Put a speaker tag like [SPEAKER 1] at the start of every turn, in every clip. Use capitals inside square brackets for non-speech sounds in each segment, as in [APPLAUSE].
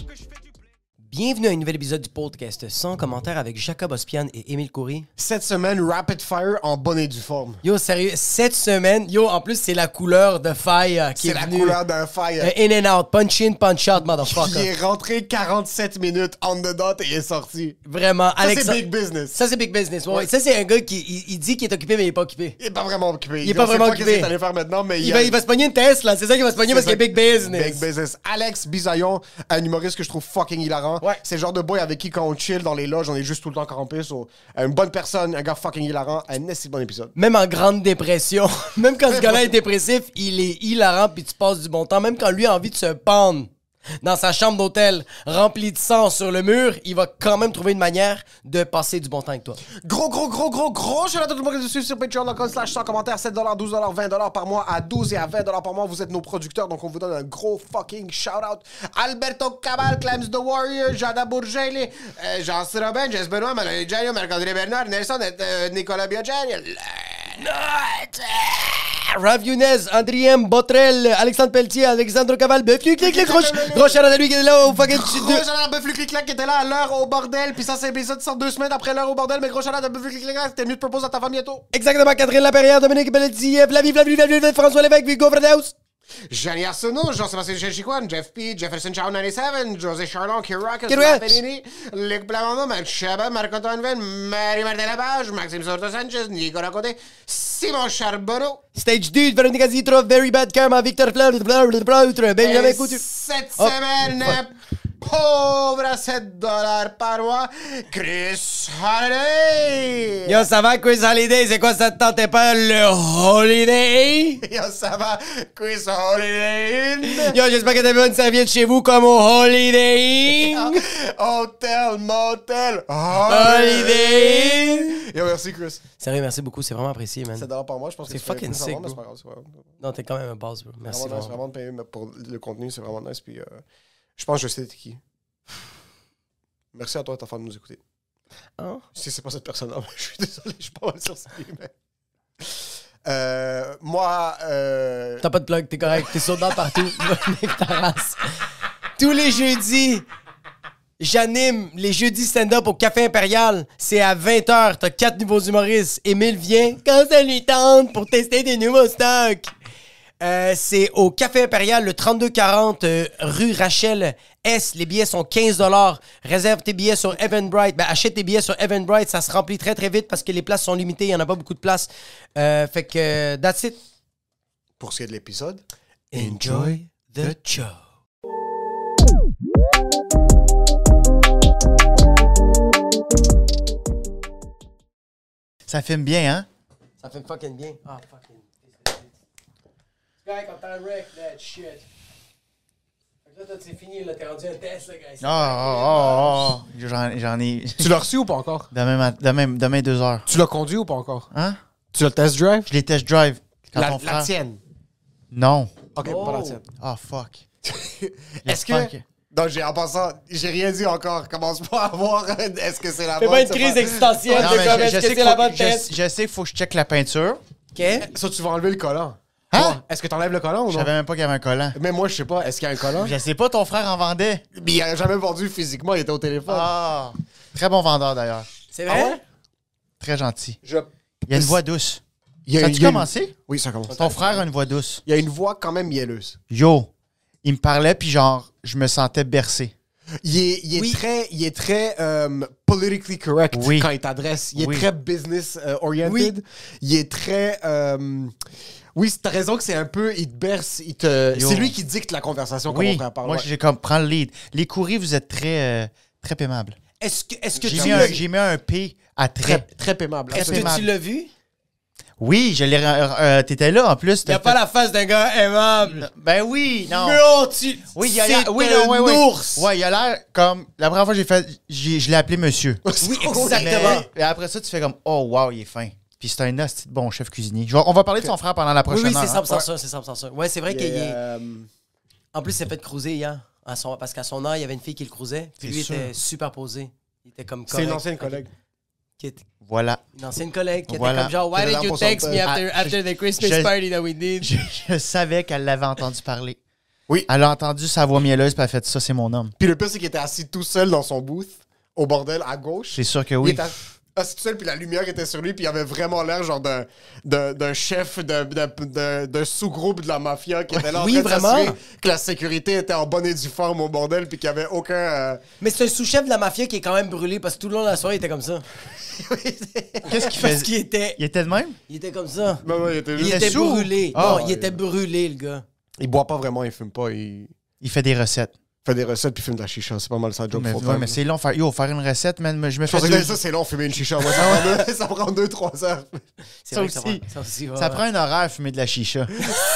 [SPEAKER 1] que je fais du blé.
[SPEAKER 2] Bienvenue à un nouvel épisode du podcast sans commentaire avec Jacob Ospian et Émile Coury.
[SPEAKER 3] Cette semaine, Rapid Fire en bonne et due forme.
[SPEAKER 2] Yo, sérieux, cette semaine, yo, en plus, c'est la couleur de Fire euh, qui est, euh,
[SPEAKER 3] C'est la
[SPEAKER 2] venue.
[SPEAKER 3] couleur d'un fire.
[SPEAKER 2] Le in and out, punch in, punch out,
[SPEAKER 3] Il
[SPEAKER 2] motherfucker.
[SPEAKER 3] est rentré 47 minutes on the dot et est sorti.
[SPEAKER 2] Vraiment,
[SPEAKER 3] Ça,
[SPEAKER 2] Alexa-
[SPEAKER 3] c'est big business.
[SPEAKER 2] Ça, c'est big business. ouais, ouais. Ça, c'est un gars qui il, il dit qu'il est occupé, mais il est pas occupé.
[SPEAKER 3] il est pas vraiment occupé.
[SPEAKER 2] Il est pas
[SPEAKER 3] On sait
[SPEAKER 2] vraiment
[SPEAKER 3] Qu'est-ce
[SPEAKER 2] occupé.
[SPEAKER 3] qu'il est allé faire maintenant, mais
[SPEAKER 2] Il va, il va se pogner une Tesla, c'est ça qu'il va se pogner parce qu'il est big business.
[SPEAKER 3] Big business. Alex Bisaillon, un humoriste que je trouve fucking hilarant.
[SPEAKER 2] Ouais.
[SPEAKER 3] C'est le genre de boy avec qui, quand on chill dans les loges, on est juste tout le temps campé. So, une bonne personne, un gars fucking hilarant, un assez bon épisode.
[SPEAKER 2] Même en grande dépression, même quand ce gars-là est dépressif, il est hilarant puis tu passes du bon temps. Même quand lui a envie de se pendre dans sa chambre d'hôtel remplie de sang sur le mur, il va quand même trouver une manière de passer du bon temps avec toi.
[SPEAKER 3] Gros, gros, gros, gros, gros, je à tout le monde qui nous suit sur patreon.com slash sans commentaire, 7$, 12$, 20$ par mois, à 12 et à 20$ par mois, vous êtes nos producteurs, donc on vous donne un gros fucking shout-out. Alberto Cabal, Clams the Warrior, Jada Bourgelli, euh, jean Robin, Jess Benoît, Manuel Eugenio, Marc-André Bernard, Nelson, euh, Nicolas Biogeni,
[SPEAKER 2] Rav Younes, Andriem, Botrel, Alexandre Pelletier, Alexandre Caval, Buffy, clic, clic, roche, roche à lui qui est là au fucking
[SPEAKER 3] Gros shout-out à Bufflu Clic-Clac qui était là à l'heure au bordel, puis ça c'est l'épisode qui sort deux semaines après l'heure au bordel, mais gros shout-out à Bufflu Clic-Clac, t'es venu te proposer à ta femme bientôt.
[SPEAKER 2] Exactement, Catherine Laperrière, Dominique Pelletier, Flavie, Flavie, Flavie, Flavie, François Lévesque, Hugo Vredaus.
[SPEAKER 3] Gianni Arsenault, Jean-Sébastien Chichiquan, Jeff P, Jefferson Chow 97, José Charlon, Kirakis,
[SPEAKER 2] Kirakis.
[SPEAKER 3] Raffellini, Luc Blamando, Marc Chabat, Marc-Antoine Venn, Marie-Martin Lapage, Maxime Sorto-Sanchez, Nicolas Côté, Simon Charbonneau.
[SPEAKER 2] Stage Dude, Véronique Azitrov, Very Bad Karma, Victor Fleur, Pleutre, Benjamin
[SPEAKER 3] Et
[SPEAKER 2] Couture.
[SPEAKER 3] cette
[SPEAKER 2] Oh.
[SPEAKER 3] semaine, pauvre à 7 dollars par mois, Chris Holiday.
[SPEAKER 2] Yo, ça va, Quiz Holiday? C'est quoi, ça te tentait pas le Holiday?
[SPEAKER 3] Yo, ça va, Chris Holiday.
[SPEAKER 2] Yo, j'espère que t'as vu une serviette chez vous comme au [LAUGHS] Holiday.
[SPEAKER 3] Hôtel, motel, Holiday.
[SPEAKER 2] Holiday.
[SPEAKER 3] Yo, merci, Chris.
[SPEAKER 2] Sérieux, merci beaucoup, c'est vraiment apprécié, man.
[SPEAKER 3] 7 par mois, je pense que
[SPEAKER 2] C'est
[SPEAKER 3] tu fais
[SPEAKER 2] fucking
[SPEAKER 3] plus avant,
[SPEAKER 2] sick,
[SPEAKER 3] mais
[SPEAKER 2] bro.
[SPEAKER 3] c'est pas grave, c'est pas grave.
[SPEAKER 2] Non, t'es quand même un boss, bro. Merci.
[SPEAKER 3] Vraiment nice,
[SPEAKER 2] vraiment.
[SPEAKER 3] vraiment de payer mais pour le contenu, c'est vraiment nice. Puis euh, je pense que je sais t'es qui. Merci à toi, ta femme, de nous écouter.
[SPEAKER 2] Hein?
[SPEAKER 3] Si c'est pas cette personne-là, [LAUGHS] je suis désolé, je suis pas mal sur ce mais... Euh, moi, euh,
[SPEAKER 2] T'as pas de plug, t'es correct, t'es sold out partout. [LAUGHS] Nique ta race. Tous les jeudis, j'anime les jeudis stand-up au Café Impérial. C'est à 20h, t'as quatre nouveaux humoristes. Émile vient quand ça lui tente pour tester des nouveaux stocks. Euh, c'est au Café Impérial, le 3240 euh, rue Rachel S. Les billets sont 15 Réserve tes billets sur Eventbrite. Ben, achète tes billets sur Eventbrite. Ça se remplit très, très vite parce que les places sont limitées. Il n'y en a pas beaucoup de places. Euh, fait que, euh, that's it.
[SPEAKER 3] pour ce qui est de l'épisode,
[SPEAKER 2] Enjoy the show.
[SPEAKER 4] Ça filme bien, hein?
[SPEAKER 2] Ça fait fucking bien. Ah, fucking. Guy, quand t'as wreck that shit. Fait que Là, toi, c'est fini, là, t'es rendu un test, là, guys.
[SPEAKER 4] Oh, oh, oh, oh. J'en, j'en ai.
[SPEAKER 3] tu l'as reçu ou pas encore
[SPEAKER 4] [LAUGHS] Demain, mat- demain, demain, deux heures.
[SPEAKER 3] Tu l'as conduit ou pas encore
[SPEAKER 4] Hein?
[SPEAKER 3] Tu l'as test drive
[SPEAKER 4] Je les test drive. Quand
[SPEAKER 3] la,
[SPEAKER 4] ton
[SPEAKER 3] la
[SPEAKER 4] frère.
[SPEAKER 3] tienne.
[SPEAKER 4] Non.
[SPEAKER 3] Ok,
[SPEAKER 2] Oh.
[SPEAKER 3] pas la tienne.
[SPEAKER 4] Ah,
[SPEAKER 3] [LAUGHS]
[SPEAKER 4] fuck.
[SPEAKER 3] Est-ce
[SPEAKER 4] J'espère
[SPEAKER 3] que. Non, j'ai en passant, j'ai rien dit encore. Commence pas à voir. [LAUGHS] Est-ce que c'est la
[SPEAKER 2] Fais
[SPEAKER 3] bonne
[SPEAKER 2] pas une
[SPEAKER 3] c'est
[SPEAKER 2] crise existentielle
[SPEAKER 4] Non,
[SPEAKER 2] de
[SPEAKER 4] mais
[SPEAKER 2] comme
[SPEAKER 4] je,
[SPEAKER 2] est-ce
[SPEAKER 4] je
[SPEAKER 2] que
[SPEAKER 4] sais
[SPEAKER 2] c'est la bonne
[SPEAKER 4] qu'il faut-
[SPEAKER 2] test.
[SPEAKER 4] je, je sais qu'il faut que je check la peinture.
[SPEAKER 2] Ok.
[SPEAKER 3] Ça, tu vas enlever le collant.
[SPEAKER 4] Hein?
[SPEAKER 3] Est-ce que t'enlèves le collant ou
[SPEAKER 4] Je
[SPEAKER 3] non?
[SPEAKER 4] savais même pas qu'il y avait un collant.
[SPEAKER 3] Mais moi, je sais pas, est-ce qu'il y a un collant?
[SPEAKER 4] Je sais pas, ton frère en vendait.
[SPEAKER 3] Mais il a jamais vendu physiquement, il était au téléphone.
[SPEAKER 4] Ah. Très bon vendeur, d'ailleurs.
[SPEAKER 2] C'est vrai?
[SPEAKER 3] Ah ouais?
[SPEAKER 4] Très gentil.
[SPEAKER 3] Je-
[SPEAKER 4] Il y a une voix douce.
[SPEAKER 3] Il y a-
[SPEAKER 4] Ça
[SPEAKER 3] il
[SPEAKER 4] a-tu
[SPEAKER 3] y a une-
[SPEAKER 4] commencé?
[SPEAKER 3] Oui, ça commence.
[SPEAKER 4] Ton frère a une voix douce.
[SPEAKER 3] Il y a une voix quand même mielleuse.
[SPEAKER 4] Yo. Il me parlait, puis genre, je me sentais bercé.
[SPEAKER 3] Il est, il est
[SPEAKER 2] Oui.
[SPEAKER 3] très, il est très euh, politically correct
[SPEAKER 4] Oui.
[SPEAKER 3] quand il t'adresse. Il est
[SPEAKER 4] Oui.
[SPEAKER 3] très business euh, oriented. Il est très. euh, oui, c'est- t'as raison que c'est un peu. Il te berce. Il te...
[SPEAKER 4] Yo.
[SPEAKER 3] C'est lui qui dicte la conversation quand on
[SPEAKER 4] Oui.
[SPEAKER 3] fait parler.
[SPEAKER 4] Moi, j'ai comme, prends le lead. Les courriers, vous êtes très, euh, très aimables.
[SPEAKER 2] Est-ce que, est-ce que
[SPEAKER 4] J'ai
[SPEAKER 2] tu
[SPEAKER 4] mis, un,
[SPEAKER 2] l'as
[SPEAKER 4] j'ai mis un P à
[SPEAKER 3] très,
[SPEAKER 4] très.
[SPEAKER 3] très aimable.
[SPEAKER 2] est-ce
[SPEAKER 3] absolument.
[SPEAKER 2] que tu
[SPEAKER 4] aimable.
[SPEAKER 2] l'as vu?
[SPEAKER 4] Oui, je l'ai. euh, euh, T'étais là en plus.
[SPEAKER 2] Il a pas la face d'un gars aimable.
[SPEAKER 4] Ben oui, non.
[SPEAKER 5] Oh,
[SPEAKER 2] Bro, tu.
[SPEAKER 4] Oui, il y a l'air. Oui,
[SPEAKER 2] un
[SPEAKER 4] non, ouais, ouais.
[SPEAKER 2] ours.
[SPEAKER 4] Ouais, il a l'air comme. La première fois que j'ai fait. j'ai- je l'ai appelé monsieur.
[SPEAKER 5] [LAUGHS]
[SPEAKER 2] Oui, [LAUGHS] exactement.
[SPEAKER 4] Mais- Et après ça, tu fais comme. Oh, wow, il est fin. Puis c'est un hostie de bon chef cuisinier. Je vais- on va parler de son frère pendant la
[SPEAKER 2] Oui,
[SPEAKER 4] prochaine
[SPEAKER 2] oui,
[SPEAKER 4] heure,
[SPEAKER 2] c'est
[SPEAKER 4] hein.
[SPEAKER 2] simple sans ça, c'est simple sans ça. Ouais, c'est vrai
[SPEAKER 3] Il
[SPEAKER 2] qu'il
[SPEAKER 3] est,
[SPEAKER 2] est.
[SPEAKER 3] euh,
[SPEAKER 2] En plus, il s'est fait cruiser hier. À son- parce qu'à son âge, il y avait une fille qui le croisait. Puis
[SPEAKER 4] C'est
[SPEAKER 2] lui
[SPEAKER 4] sûr.
[SPEAKER 2] était superposé. Il était comme
[SPEAKER 5] C'est une
[SPEAKER 2] correct.
[SPEAKER 5] ancienne collègue.
[SPEAKER 2] Qui était-
[SPEAKER 4] Voilà. [LAUGHS]
[SPEAKER 2] une ancienne collègue qui était
[SPEAKER 4] Voilà.
[SPEAKER 2] comme genre, Why
[SPEAKER 5] Qui était
[SPEAKER 2] did
[SPEAKER 5] là
[SPEAKER 2] you
[SPEAKER 5] pour
[SPEAKER 2] text
[SPEAKER 5] son
[SPEAKER 2] me
[SPEAKER 5] père.
[SPEAKER 2] after,
[SPEAKER 4] Ah,
[SPEAKER 2] after the Christmas
[SPEAKER 4] je-
[SPEAKER 2] party that we did?
[SPEAKER 4] Je, je savais qu'elle l'avait entendu parler.
[SPEAKER 5] Oui.
[SPEAKER 4] Elle a entendu sa voix mielleuse, puis elle a fait ça, c'est mon homme.
[SPEAKER 5] Puis le pire, c'est qu'il était assis tout seul dans son booth, au bordel, à gauche.
[SPEAKER 4] C'est sûr que
[SPEAKER 5] Il
[SPEAKER 4] oui.
[SPEAKER 5] était assis tout seul, puis la lumière était sur lui, puis il avait vraiment l'air genre d'un, d'un, d'un chef d'un d'un- d'un- d'un sous-groupe de la mafia qui était là en
[SPEAKER 2] Oui,
[SPEAKER 5] train de
[SPEAKER 2] vraiment.
[SPEAKER 5] s'assurer que la sécurité était en bonne et due forme au bordel, puis qu'il n'y avait aucun... euh,
[SPEAKER 2] Mais c'est un sous-chef de la mafia qui est quand même brûlé parce que tout le long de la soirée, il était comme ça.
[SPEAKER 4] Qu'est-ce qu'il
[SPEAKER 2] Parce
[SPEAKER 4] faisait?
[SPEAKER 2] qu'il était,
[SPEAKER 4] Il était de même?
[SPEAKER 2] il était comme ça.
[SPEAKER 5] Non, non, il était
[SPEAKER 2] Il
[SPEAKER 5] juste-
[SPEAKER 2] était
[SPEAKER 4] sous.
[SPEAKER 2] brûlé.
[SPEAKER 4] Ah,
[SPEAKER 2] non, il
[SPEAKER 5] ouais.
[SPEAKER 2] était brûlé, le gars.
[SPEAKER 5] Il boit pas vraiment, il fume pas, il
[SPEAKER 4] Il fait des recettes.
[SPEAKER 5] fait des recettes, puis fume de la chicha. C'est pas mal ça, joke.
[SPEAKER 4] Mais,
[SPEAKER 5] full
[SPEAKER 4] ouais,
[SPEAKER 5] time.
[SPEAKER 4] mais c'est long. Faire, yo, faire une recette, man, moi, je me fais...
[SPEAKER 5] Parce que Ah ça, c'est long, fumer une chicha. [LAUGHS] Moi, ça, prend deux, ça prend 2-3 heures.
[SPEAKER 2] C'est
[SPEAKER 4] Ça
[SPEAKER 2] vrai que ça
[SPEAKER 4] aussi.
[SPEAKER 2] prend- Ça, aussi, ouais,
[SPEAKER 4] Ça
[SPEAKER 2] ouais.
[SPEAKER 4] prend un horaire, fumer de la chicha.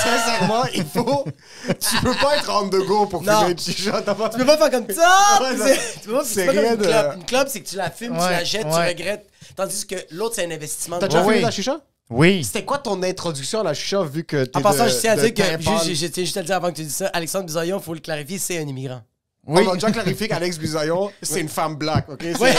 [SPEAKER 5] Sincèrement, il faut. Tu peux pas être en de go pour
[SPEAKER 2] Non.
[SPEAKER 5] fumer une chicha. t'as pas-
[SPEAKER 2] Tu peux pas faire comme ça!
[SPEAKER 5] [LAUGHS] Ouais, non.
[SPEAKER 2] C'est- tu peux pas,
[SPEAKER 5] C'est
[SPEAKER 2] c'est pas comme
[SPEAKER 5] rien
[SPEAKER 2] une
[SPEAKER 5] de-
[SPEAKER 2] clope. Une clope, c'est que tu la fumes, tu
[SPEAKER 4] Ouais,
[SPEAKER 2] la jettes, tu
[SPEAKER 4] ouais.
[SPEAKER 2] regrettes. Tandis que l'autre, c'est un investissement.
[SPEAKER 5] T'as
[SPEAKER 2] de-
[SPEAKER 5] déjà
[SPEAKER 4] Ouais,
[SPEAKER 5] fumé
[SPEAKER 4] oui.
[SPEAKER 5] de la chicha?
[SPEAKER 4] [LAUGHS] Oui.
[SPEAKER 5] C'était quoi ton introduction à la chicha vu que t'es
[SPEAKER 2] En passant,
[SPEAKER 5] de-
[SPEAKER 2] je tiens à
[SPEAKER 5] de
[SPEAKER 2] dire que,
[SPEAKER 5] Taipan?
[SPEAKER 2] juste, je, je tiens juste à le dire avant que tu dises ça, Alexandre Bisaillon, il faut le clarifier, c'est un immigrant.
[SPEAKER 4] Oui.
[SPEAKER 5] On a déjà clarifié qu'Alex Bisaillon, c'est une femme black, ok? C'est-
[SPEAKER 2] Ouais.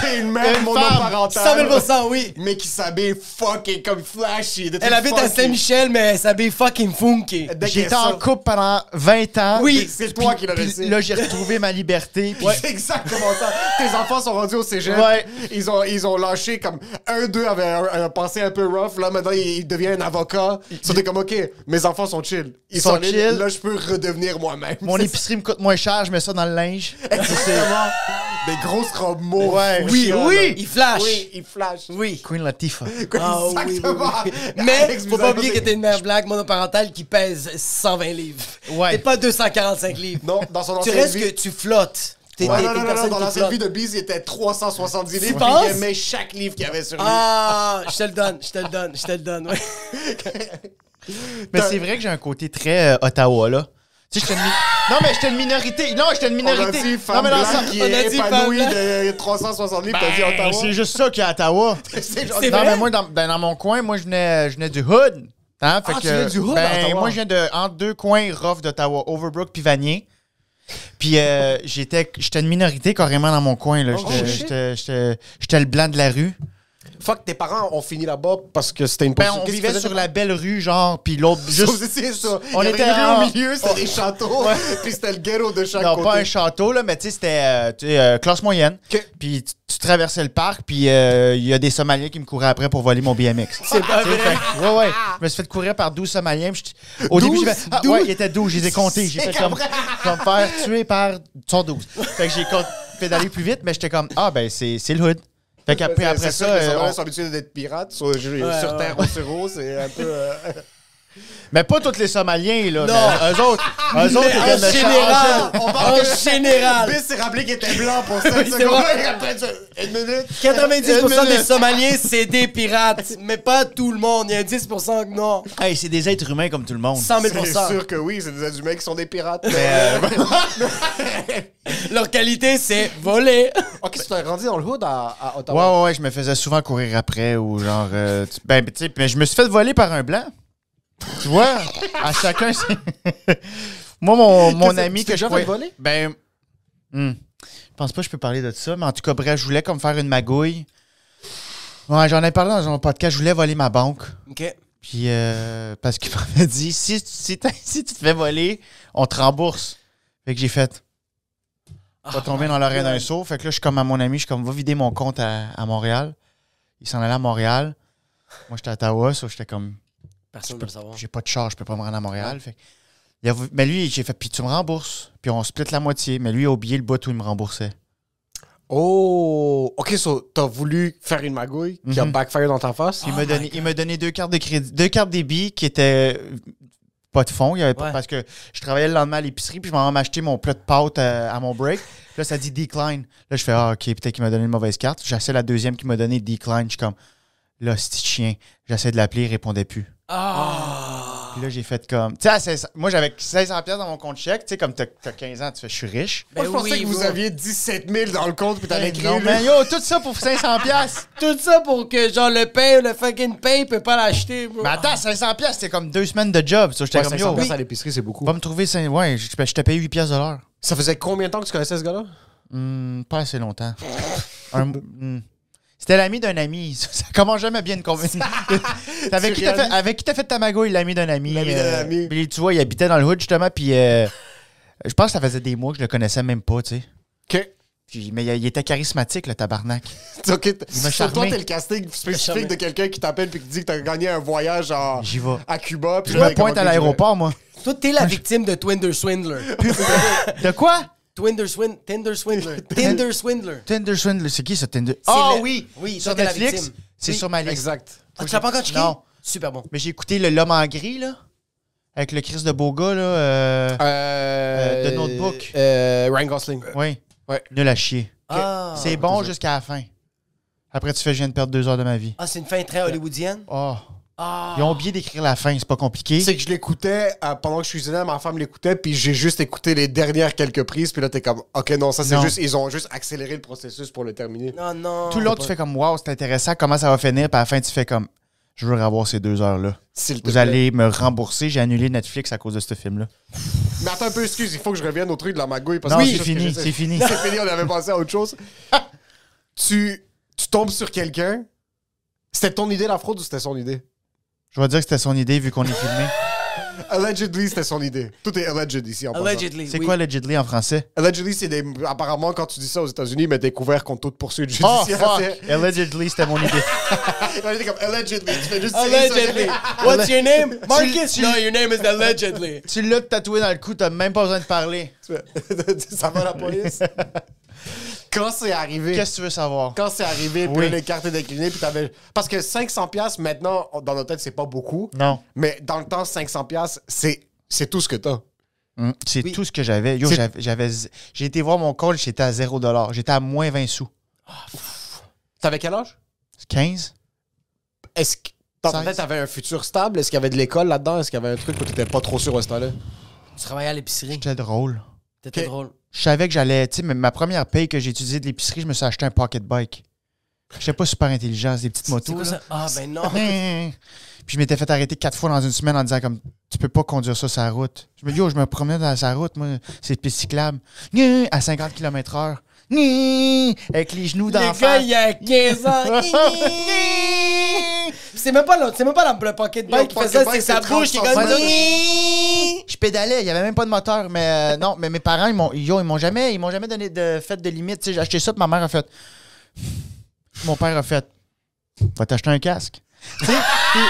[SPEAKER 5] C'est une mère
[SPEAKER 4] Une femme.
[SPEAKER 5] monoparentale.
[SPEAKER 2] 100 000 oui!
[SPEAKER 5] Mais qui s'habille fucking comme flashy. des
[SPEAKER 2] Elle
[SPEAKER 5] trucs
[SPEAKER 2] habite à
[SPEAKER 5] funky.
[SPEAKER 2] Saint-Michel, mais elle s'habille fucking funky.
[SPEAKER 5] Dès qu'il y a
[SPEAKER 4] J'étais
[SPEAKER 5] ça,
[SPEAKER 4] en couple pendant 20 ans.
[SPEAKER 2] Oui.
[SPEAKER 5] C'est toi qui l'as
[SPEAKER 4] Puis
[SPEAKER 5] laissé.
[SPEAKER 4] là, j'ai retrouvé ma
[SPEAKER 5] [LAUGHS]
[SPEAKER 4] liberté. puis-
[SPEAKER 5] C'est exactement ça. Tes enfants sont rendus au cégep.
[SPEAKER 4] Ouais.
[SPEAKER 5] Ils, ont, ils ont lâché comme un d'eux avait un, un passé un peu rough. Là, maintenant, il, il devient un avocat. C'était comme, OK, mes enfants sont chill. Ils
[SPEAKER 4] Sont
[SPEAKER 5] sont, chill.
[SPEAKER 4] chill.
[SPEAKER 5] Là, je peux redevenir moi-même.
[SPEAKER 4] Mon
[SPEAKER 5] C'est
[SPEAKER 4] épicerie me coûte moins cher, je mets ça dans le linge.
[SPEAKER 5] Exactement. Des grosses robes mauves.
[SPEAKER 4] Ouais.
[SPEAKER 5] fouilles,
[SPEAKER 2] Oui,
[SPEAKER 5] là,
[SPEAKER 2] oui!
[SPEAKER 5] là.
[SPEAKER 2] Il flash!
[SPEAKER 5] Oui, il flash.
[SPEAKER 2] Oui.
[SPEAKER 4] Queen Latifah.
[SPEAKER 2] Ah, oui, oui,
[SPEAKER 5] Exactement.
[SPEAKER 2] oui. [LAUGHS] Mais,
[SPEAKER 5] Alex
[SPEAKER 2] faut pas
[SPEAKER 5] Bizarre,
[SPEAKER 2] oublier
[SPEAKER 5] c'est-
[SPEAKER 2] que t'es une mère blague monoparentale qui pèse 120 livres.
[SPEAKER 4] Ouais.
[SPEAKER 2] T'es pas 245 livres.
[SPEAKER 5] Non, dans son
[SPEAKER 2] Tu
[SPEAKER 5] ancienne
[SPEAKER 2] restes
[SPEAKER 5] vie...
[SPEAKER 2] que tu flottes. T'es
[SPEAKER 5] Ouais,
[SPEAKER 2] t'es
[SPEAKER 5] non,
[SPEAKER 2] une
[SPEAKER 5] non, non,
[SPEAKER 2] personne
[SPEAKER 5] non, dans
[SPEAKER 2] qui
[SPEAKER 5] l'ancienne
[SPEAKER 2] flotte.
[SPEAKER 5] vie de Biz, il était 370 livres. puis
[SPEAKER 2] penses?
[SPEAKER 5] Il aimait chaque livre qu'il y avait sur lui.
[SPEAKER 2] Ah, je te le donne, je te le donne, je te le donne. ouais.
[SPEAKER 4] Mais c'est vrai que j'ai un côté très euh, Ottawa, là. Tu sais, j'étais une, mi- non, mais j'étais une minorité. Non, j'étais une
[SPEAKER 5] On a
[SPEAKER 4] minorité.
[SPEAKER 5] dit
[SPEAKER 4] non,
[SPEAKER 5] femme
[SPEAKER 4] mais
[SPEAKER 5] blanche
[SPEAKER 4] l'ensemble-
[SPEAKER 5] qui
[SPEAKER 2] on a
[SPEAKER 5] est
[SPEAKER 2] dit femme
[SPEAKER 5] épanouie
[SPEAKER 2] blanche.
[SPEAKER 5] de 360 livres, t'as dit
[SPEAKER 4] Ben,
[SPEAKER 5] Ottawa. [LAUGHS]
[SPEAKER 4] c'est juste ça qu'il y a à Ottawa.
[SPEAKER 5] C'est genre-
[SPEAKER 2] C'est
[SPEAKER 4] non,
[SPEAKER 2] vrai?
[SPEAKER 4] mais moi, dans, ben, dans mon coin, moi, je venais, je venais du hood. Hein, fait
[SPEAKER 5] Ah,
[SPEAKER 4] que,
[SPEAKER 5] tu viens du hood, à
[SPEAKER 4] ben,
[SPEAKER 5] Ottawa.
[SPEAKER 4] Moi, je viens de, entre deux coins rough d'Ottawa, Overbrook puis Vanier. Puis euh, j'étais j'étais une minorité carrément dans mon coin. là.
[SPEAKER 5] Oh,
[SPEAKER 4] J'étais-
[SPEAKER 5] shit.
[SPEAKER 4] J'étais j'étais- j'étais le blanc de la rue.
[SPEAKER 5] Fuck, tes parents ont fini là-bas parce que c'était une
[SPEAKER 4] Ben,
[SPEAKER 5] poursuite.
[SPEAKER 4] on
[SPEAKER 5] Qu'est-ce qu'ils
[SPEAKER 4] vivait
[SPEAKER 5] faisaient,
[SPEAKER 4] sur
[SPEAKER 5] tes
[SPEAKER 4] la belle rue, genre, puis
[SPEAKER 5] [LAUGHS]
[SPEAKER 4] l'autre,
[SPEAKER 5] parents?
[SPEAKER 4] juste...
[SPEAKER 5] C'est ça.
[SPEAKER 4] On
[SPEAKER 5] On était
[SPEAKER 4] était en-
[SPEAKER 5] au milieu, c'était des châteaux, [LAUGHS] puis c'était le ghetto de chaque
[SPEAKER 4] Non,
[SPEAKER 5] côté.
[SPEAKER 4] pas un château, là, mais tu sais, c'était euh, tu sais, euh, classe moyenne.
[SPEAKER 5] Ok.
[SPEAKER 4] Puis tu, tu traversais le parc, puis euh, il y a des Somaliens qui me couraient après pour voler mon BMX.
[SPEAKER 5] [LAUGHS]
[SPEAKER 2] C'est pas
[SPEAKER 4] Tu
[SPEAKER 2] vrai.
[SPEAKER 4] sais, fait- ouais, ouais. Je me suis fait courir par 12 Somaliens. puis j'étais- Au début, j'ai fait. Ah,
[SPEAKER 2] 12?
[SPEAKER 4] ouais, il était 12, je les ai comptés. J'ai fait comme. Je vais me faire tuer par. Ils sont 12. Fait que j'ai com- pédalé plus vite, mais j'étais comme. Ah, ben, c'est c'est le hood. Fait
[SPEAKER 5] C'est-
[SPEAKER 4] qu'après
[SPEAKER 5] c'est
[SPEAKER 4] après
[SPEAKER 5] sûr
[SPEAKER 4] ça.
[SPEAKER 5] que les
[SPEAKER 4] euh,
[SPEAKER 5] Somaliens
[SPEAKER 4] on-
[SPEAKER 5] sont habitués d'être pirates, sur, sur
[SPEAKER 2] ouais.
[SPEAKER 5] terre ou sur eau, c'est un peu.
[SPEAKER 2] [LAUGHS]
[SPEAKER 5] euh,
[SPEAKER 4] Mais pas tous les Somaliens, là.
[SPEAKER 2] Non.
[SPEAKER 4] mais Eux autres. Eux autres,
[SPEAKER 2] Mais
[SPEAKER 4] ils
[SPEAKER 2] en
[SPEAKER 4] viennent de
[SPEAKER 2] général,
[SPEAKER 4] Charles-
[SPEAKER 2] en général,
[SPEAKER 5] Biz s'est rappelé qu'il était blanc
[SPEAKER 2] [LAUGHS]
[SPEAKER 5] pour 5
[SPEAKER 2] Oui, c'est
[SPEAKER 5] secondes.
[SPEAKER 2] vrai.
[SPEAKER 5] et après, tu- Une minute.
[SPEAKER 2] 90%
[SPEAKER 4] Une
[SPEAKER 2] des
[SPEAKER 4] minute.
[SPEAKER 2] Somaliens, c'est des pirates. Mais pas tout le monde. Il y a 10% que non.
[SPEAKER 4] Hey, c'est des êtres humains comme tout le monde.
[SPEAKER 2] 100
[SPEAKER 5] C'est
[SPEAKER 2] 000
[SPEAKER 5] sûr que oui, c'est des humains qui sont des pirates.
[SPEAKER 2] euh,
[SPEAKER 5] [LAUGHS]
[SPEAKER 2] Leur qualité, c'est voler.
[SPEAKER 5] Ok, tu t'es grandi dans le hood à, à
[SPEAKER 4] Ouais,
[SPEAKER 5] Ottawa.
[SPEAKER 4] ouais, ouais, je me faisais souvent courir après ou genre. euh, tu- ben, tu sais, mais je me suis fait voler par un blanc. Tu vois, à chacun. c'est- [LAUGHS] Moi, mon, mon
[SPEAKER 5] t'es-
[SPEAKER 4] ami que
[SPEAKER 5] tu t'es
[SPEAKER 4] je
[SPEAKER 5] déjà fait
[SPEAKER 4] croyais-
[SPEAKER 5] voler?
[SPEAKER 4] Ben. hmm, Je pense pas que je peux parler de ça, mais en tout cas, bref, je voulais comme faire une magouille. Ouais, j'en ai parlé dans un podcast, je voulais voler ma banque.
[SPEAKER 2] OK.
[SPEAKER 4] Puis, euh, parce qu'il [LAUGHS] m'avait dit, si, si, t'as- [LAUGHS] si tu te fais voler, on te rembourse. Fait que j'ai fait. Pas tomber dans l'oreille d'un saut. Fait que là, je suis comme à mon ami, je suis comme, va vider mon compte à, à Montréal. Il s'en allait à Montréal. Moi, j'étais à Ottawa, ça, j'étais comme,
[SPEAKER 2] Personne ne peut le savoir.
[SPEAKER 4] j'ai pas de charge, je peux pas me rendre à Montréal. Fait que- il a- mais lui, j'ai fait, puis tu me rembourses. Puis on split la moitié. Mais lui, il a oublié le bout où il me remboursait.
[SPEAKER 5] Oh, ok, so t'as voulu faire une magouille qui a
[SPEAKER 4] Mhm.
[SPEAKER 5] backfire dans ta face.
[SPEAKER 4] Puis il m'a donné, il m'a donné deux cartes de crédit, deux cartes débit qui étaient euh, pas de fond. Il y avait pas-
[SPEAKER 2] Ouais.
[SPEAKER 4] parce que je travaillais le lendemain à l'épicerie, puis je m'en vais m'acheter mon plat de pâtes euh, à, mon break. Là, ça dit decline. Là, je fais Ah, ok, peut-être qu'il m'a donné une mauvaise carte. J'essaie la deuxième qui m'a donné decline. Je suis comme Là, c'est chien. J'essaie de l'appeler, il répondait plus.
[SPEAKER 2] Ah.
[SPEAKER 4] Puis là, j'ai fait comme. Tu sais, à 1600 moi, j'avais 1600$ piastres dans mon compte chèque. Tu sais, comme t'as t'as 15 ans, tu fais, je suis riche.
[SPEAKER 5] Moi, je
[SPEAKER 2] Ben
[SPEAKER 5] pensais
[SPEAKER 2] oui,
[SPEAKER 5] que vous
[SPEAKER 2] bro.
[SPEAKER 5] aviez 17 000 dans le compte, puis t'avais écrit.
[SPEAKER 4] non,
[SPEAKER 5] lui.
[SPEAKER 4] mais yo, tout ça pour 500$.
[SPEAKER 5] [LAUGHS]
[SPEAKER 4] piastres.
[SPEAKER 2] Tout ça pour que, genre, le pain, le fucking pain, il peut pas l'acheter, bro.
[SPEAKER 4] mais attends, 500$, piastres, c'était comme deux semaines de job. Ça, j'étais comme, yo,
[SPEAKER 5] piastres à l'épicerie, c'est beaucoup.
[SPEAKER 4] va me trouver. cinq- Ouais, je ben, je te paye 8$ piastres de l'heure.
[SPEAKER 5] Ça faisait combien de temps que tu connaissais ce gars-là?
[SPEAKER 4] Hmm, pas assez
[SPEAKER 5] [LAUGHS]
[SPEAKER 4] longtemps. Un- hmm. C'était l'ami d'un ami. Ça, ça commence jamais bien une conversation.
[SPEAKER 5] [LAUGHS]
[SPEAKER 4] [LAUGHS] avec,
[SPEAKER 5] Tu
[SPEAKER 4] qui t'as fait,
[SPEAKER 5] réalises?
[SPEAKER 4] avec qui t'as fait Tamago? L'ami d'un ami.
[SPEAKER 5] L'ami d'un
[SPEAKER 4] euh,
[SPEAKER 5] ami.
[SPEAKER 4] puis tu vois, il habitait dans le hood justement. Puis euh, je pense que ça faisait des mois que je le connaissais même pas, tu sais.
[SPEAKER 5] Ok.
[SPEAKER 4] Puis, mais il, il était charismatique, le tabarnak.
[SPEAKER 5] Ok, t-
[SPEAKER 4] m'a
[SPEAKER 5] sur toi,
[SPEAKER 4] charmé.
[SPEAKER 5] t'es le casting
[SPEAKER 2] charmé.
[SPEAKER 5] spécifique de quelqu'un qui t'appelle puis qui dit que t'as gagné un voyage en-
[SPEAKER 4] J'y vais.
[SPEAKER 2] Ah.
[SPEAKER 5] à Cuba. puis
[SPEAKER 4] Je
[SPEAKER 5] là,
[SPEAKER 4] me pointe
[SPEAKER 5] comment
[SPEAKER 4] à
[SPEAKER 5] t'es-
[SPEAKER 4] l'aéroport, moi.
[SPEAKER 2] Toi, t'es la victime de Twinder Swindler.
[SPEAKER 4] De quoi?
[SPEAKER 2] Twinder Swin- Tinder Swindler. Tinder Swindler.
[SPEAKER 4] Tinder Swindler. C'est qui ça, Tinder? Ah
[SPEAKER 2] le-
[SPEAKER 4] oui!
[SPEAKER 2] oui,
[SPEAKER 4] Sur
[SPEAKER 2] toi, t'es la
[SPEAKER 4] Netflix?
[SPEAKER 2] victime.
[SPEAKER 4] C'est
[SPEAKER 2] Oui.
[SPEAKER 4] sur ma liste.
[SPEAKER 5] Exact.
[SPEAKER 2] Ah, tu l'as pas encore checké?
[SPEAKER 4] Non.
[SPEAKER 2] Super bon.
[SPEAKER 4] Mais j'ai écouté le- L'homme en gris, là. Avec le Chris de beau gars, là. euh, Euh, de Notebook.
[SPEAKER 5] Euh, Ryan Gosling.
[SPEAKER 4] Oui.
[SPEAKER 5] Ouais.
[SPEAKER 4] Nul à chier.
[SPEAKER 2] Ah,
[SPEAKER 4] c'est bon jusqu'à la fin. Après, tu fais, je viens de perdre deux heures de ma vie.
[SPEAKER 2] Ah, c'est une fin très hollywoodienne.
[SPEAKER 4] Oh.
[SPEAKER 2] Ah.
[SPEAKER 4] Ils ont oublié d'écrire la fin, c'est pas compliqué.
[SPEAKER 5] C'est que je l'écoutais euh, pendant que je cuisinais, ma femme l'écoutait, puis j'ai juste écouté les dernières quelques prises, puis là t'es comme, ok non, ça c'est
[SPEAKER 4] Non.
[SPEAKER 5] juste, ils ont juste accéléré le processus pour le terminer.
[SPEAKER 2] Non, non.
[SPEAKER 4] Tout l'autre, tu fais comme, wow, c'est intéressant, comment ça va finir. Puis à la fin, tu fais comme, je veux revoir ces deux heures-là.
[SPEAKER 5] S'il te
[SPEAKER 4] Vous
[SPEAKER 5] plaît.
[SPEAKER 4] allez me rembourser, j'ai annulé Netflix à cause de ce film-là.
[SPEAKER 5] Mais attends un peu, excuse, il faut que je revienne au truc de la magouille. Parce
[SPEAKER 4] Non,
[SPEAKER 5] que
[SPEAKER 4] c'est
[SPEAKER 5] quelque chose
[SPEAKER 4] fini,
[SPEAKER 5] que je-
[SPEAKER 4] c'est fini.
[SPEAKER 5] [LAUGHS] c'est fini, on avait pensé à autre [LAUGHS] chose. tu, tu tombes sur quelqu'un, c'était ton idée la fraude ou c'était son idée?
[SPEAKER 4] Je vais dire que c'était son idée vu qu'on est [LAUGHS] filmé.
[SPEAKER 5] Allegedly, c'était son idée. Tout est alleged ici en passant.
[SPEAKER 2] Allegedly.
[SPEAKER 4] C'est
[SPEAKER 2] oui.
[SPEAKER 4] quoi Allegedly en français?
[SPEAKER 5] Allegedly, c'est des... Apparemment, quand tu dis ça aux États-Unis, mais t'es couvert contre toute poursuite
[SPEAKER 4] Oh,
[SPEAKER 5] judiciaire.
[SPEAKER 4] fuck! Allegedly, c'était mon idée.
[SPEAKER 5] Ouais, t'es comme allegedly, tu fais juste tirer sur-
[SPEAKER 2] Allegedly. What's your name? Marcus?
[SPEAKER 4] tu-
[SPEAKER 2] No, your name is allegedly.
[SPEAKER 4] [LAUGHS] tu l'as tatoué dans le cou, t'as même pas besoin de parler.
[SPEAKER 5] [LAUGHS] ça va la police? quand c'est arrivé,
[SPEAKER 4] Qu'est-ce que tu veux savoir?
[SPEAKER 5] quand c'est arrivé, puis
[SPEAKER 4] Oui.
[SPEAKER 5] là, les cartes étaient déclinées, puis t'avais... Parce que 500 pièces maintenant, on- dans notre tête, c'est pas beaucoup.
[SPEAKER 4] Non.
[SPEAKER 5] Mais dans le temps, 500 pièces c'est... C'est tout ce que t'as.
[SPEAKER 4] Mm, C'est
[SPEAKER 2] Oui.
[SPEAKER 4] tout ce que j'avais. Yo,
[SPEAKER 5] C'est-
[SPEAKER 4] j'avais- j'avais. z- J'ai été voir mon compte, j'étais à 0 J'étais à moins 20 sous.
[SPEAKER 5] T'avais quel âge?
[SPEAKER 4] 15?
[SPEAKER 5] Est-ce que dans ta
[SPEAKER 4] Seize.
[SPEAKER 5] tête, t'avais un futur stable? Est-ce qu'il y avait de l'école là-dedans? Est-ce qu'il y avait un truc où t'étais pas trop sûr à ce temps-là?
[SPEAKER 2] Tu travaillais à l'épicerie.
[SPEAKER 4] J'étais drôle.
[SPEAKER 2] T'étais
[SPEAKER 5] Ok.
[SPEAKER 2] drôle.
[SPEAKER 4] Je savais que j'allais. Tu sais, ma- ma première paye que j'ai utilisée de l'épicerie, je me suis acheté un pocket bike. J'étais pas super intelligent, c'est des petites
[SPEAKER 2] C'est
[SPEAKER 4] motos.
[SPEAKER 2] quoi
[SPEAKER 4] là.
[SPEAKER 2] ça? Ah, ben
[SPEAKER 4] [LAUGHS]
[SPEAKER 2] non.
[SPEAKER 4] Puis je m'étais fait arrêter quatre fois dans une semaine en disant comme tu peux pas conduire ça sur la route. Je me dis yo, je me promenais dans sa route, moi, c'est piste cyclable. Gna, À 50 km heure. Gna, Avec les genoux dans
[SPEAKER 2] Le gars, il y a 15 ans. c'est même pas l'autre, c'est même pas le le pocket bike qui fait
[SPEAKER 5] pocket
[SPEAKER 2] ça,
[SPEAKER 5] bike,
[SPEAKER 2] c'est sa
[SPEAKER 5] c'est
[SPEAKER 2] bouche qui est comme
[SPEAKER 5] 30
[SPEAKER 2] ça.
[SPEAKER 4] Je pédalais, il y avait même pas de moteur, mais euh, non, mais mes parents ils m'ont yo, ils m'ont jamais ils m'ont jamais donné de fête de limite, Tu sais, j'ai acheté ça, puis ma mère a fait mon père a fait va t'acheter un casque. Tu sais, puis-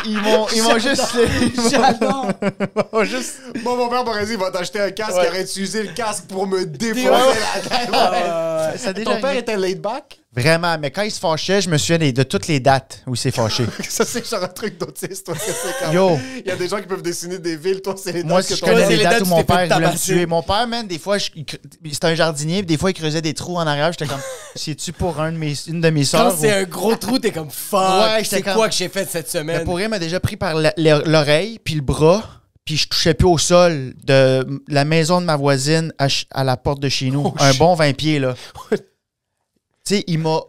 [SPEAKER 4] puis ils m'ont ils [LAUGHS] m'ont juste
[SPEAKER 2] [LAUGHS] J'adore.
[SPEAKER 4] ils m'ont juste
[SPEAKER 5] Bon, mon père m'aurait dit, il va t'acheter un casque,
[SPEAKER 4] Ouais.
[SPEAKER 5] il aurait utilisé le casque pour me défoncer
[SPEAKER 4] Ouais.
[SPEAKER 5] la tête.
[SPEAKER 2] Euh,
[SPEAKER 4] ça, ça a déjà
[SPEAKER 5] Ton père
[SPEAKER 4] arrivé.
[SPEAKER 5] était laid back?
[SPEAKER 4] Vraiment, mais quand il se fâchait, je me souviens des- de toutes les dates où il
[SPEAKER 2] [LAUGHS]
[SPEAKER 4] s'est fâché.
[SPEAKER 5] Ça, c'est genre un truc d'autiste. toi, que c'est comme-
[SPEAKER 4] Yo.
[SPEAKER 5] Il y a des gens qui peuvent dessiner des villes. Toi, c'est les
[SPEAKER 4] Moi,
[SPEAKER 5] dates que
[SPEAKER 4] si je
[SPEAKER 5] t'en as.
[SPEAKER 4] connais
[SPEAKER 2] c'est
[SPEAKER 4] les
[SPEAKER 2] les
[SPEAKER 4] dates
[SPEAKER 2] dates
[SPEAKER 4] où
[SPEAKER 2] où
[SPEAKER 4] mon
[SPEAKER 2] tu t'es
[SPEAKER 4] père
[SPEAKER 2] fait
[SPEAKER 4] voulait me
[SPEAKER 2] tabasser.
[SPEAKER 4] tuer. Mon père, man, des fois, je- il cre- c'était un jardinier, puis des fois, il creusait des trous en
[SPEAKER 2] [LAUGHS]
[SPEAKER 4] arrière. J'étais comme, c'est-tu pour un de mes, une de mes
[SPEAKER 2] Quand
[SPEAKER 4] soeurs?
[SPEAKER 2] c'est un gros trou, t'es comme fuck.
[SPEAKER 4] Ouais, j'étais
[SPEAKER 2] c'est
[SPEAKER 4] comme-
[SPEAKER 2] quoi que j'ai fait cette semaine?
[SPEAKER 4] Pour m'a déjà pris par la- l'o- l'oreille, puis le bras, puis je touchais plus au sol de la maison de ma voisine à, ch- à la porte de chez nous.
[SPEAKER 2] Oh,
[SPEAKER 4] un bon 20 pieds,
[SPEAKER 2] [LAUGHS]
[SPEAKER 4] là. tu sais, il m'a.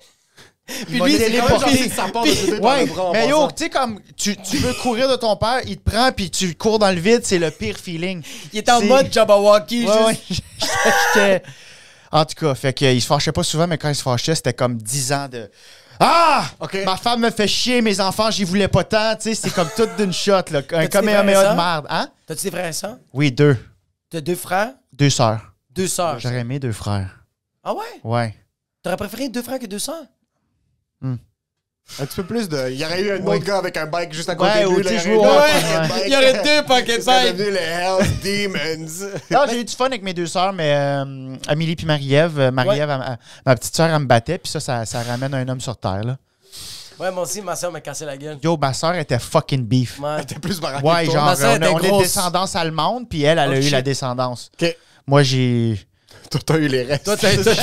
[SPEAKER 4] il
[SPEAKER 2] Puis
[SPEAKER 4] m'a
[SPEAKER 2] lui, c'est quand même [LAUGHS]
[SPEAKER 4] téléporté.
[SPEAKER 2] gentil.
[SPEAKER 5] Ça part de sauter par
[SPEAKER 4] Ouais,
[SPEAKER 5] le bras en
[SPEAKER 4] mais yo,
[SPEAKER 5] passant.
[SPEAKER 4] tu sais, comme tu, tu veux courir de ton père, il te prend, puis tu cours dans le vide, c'est le pire
[SPEAKER 5] [LAUGHS]
[SPEAKER 4] feeling.
[SPEAKER 2] Il était en
[SPEAKER 4] C'est-
[SPEAKER 2] mode Jabawaki.
[SPEAKER 4] Ouais,
[SPEAKER 2] juste...
[SPEAKER 4] ouais. [LAUGHS] J'étais- En tout cas, fait que, il se fâchait pas souvent, mais quand il se fâchait, c'était comme 10 ans de. Ah!
[SPEAKER 5] Ok.
[SPEAKER 4] Ma femme me fait chier, mes enfants, j'y voulais pas tant. Tu sais, c'est comme tout d'une shot, là. Un
[SPEAKER 2] des
[SPEAKER 4] caméoméa
[SPEAKER 2] frères
[SPEAKER 4] de
[SPEAKER 2] et
[SPEAKER 4] merde. Hein?
[SPEAKER 2] T'as-tu des frères et sœurs?
[SPEAKER 4] Oui, deux.
[SPEAKER 2] T'as deux frères,
[SPEAKER 4] Deux sœurs.
[SPEAKER 2] deux
[SPEAKER 5] Ah,
[SPEAKER 2] sœurs.
[SPEAKER 4] J'aurais aimé deux frères.
[SPEAKER 2] Ah ouais?
[SPEAKER 5] [LAUGHS]
[SPEAKER 4] Ouais.
[SPEAKER 2] T'aurais préféré deux frères que deux sœurs?
[SPEAKER 5] Un petit peu plus de. Il y aurait eu un
[SPEAKER 4] Ouais.
[SPEAKER 5] autre gars avec un bike juste à
[SPEAKER 4] Ouais,
[SPEAKER 5] côté
[SPEAKER 4] ou
[SPEAKER 5] de lui.
[SPEAKER 4] tu sais,
[SPEAKER 5] là, il y
[SPEAKER 4] jouer
[SPEAKER 5] aurait
[SPEAKER 4] au-
[SPEAKER 5] eu un
[SPEAKER 4] Ouais.
[SPEAKER 5] autre bike.
[SPEAKER 2] Il y aurait deux pocket
[SPEAKER 5] Ça serait
[SPEAKER 2] bikes.
[SPEAKER 5] devenu les Hells Demons. [LAUGHS]
[SPEAKER 4] Non, j'ai eu du fun avec mes deux sœurs, mais euh, Amélie puis Marie-Ève. euh, Marie-Ève, elle- elle- ma petite sœur, elle me battait, puis ça, ça, ça ramène un homme sur terre, là.
[SPEAKER 2] Ouais, moi aussi, ma sœur m'a cassé la gueule.
[SPEAKER 4] Yo, ma sœur était fucking
[SPEAKER 2] [LAUGHS]
[SPEAKER 4] beef.
[SPEAKER 2] Ouais.
[SPEAKER 5] T'es plus baraque
[SPEAKER 4] Ouais,
[SPEAKER 5] que toi.
[SPEAKER 4] genre,
[SPEAKER 2] Ma sœur
[SPEAKER 4] on,
[SPEAKER 2] était
[SPEAKER 4] a- on est
[SPEAKER 2] grosse.
[SPEAKER 4] descendance allemande, puis elle, elle a
[SPEAKER 2] Oh,
[SPEAKER 4] eu la
[SPEAKER 2] shit.
[SPEAKER 4] descendance.
[SPEAKER 5] Ok.
[SPEAKER 4] Moi, j'ai.
[SPEAKER 5] Toi, t'as eu les restes.
[SPEAKER 2] Toi, t'as-
[SPEAKER 5] [LAUGHS]
[SPEAKER 2] t'as-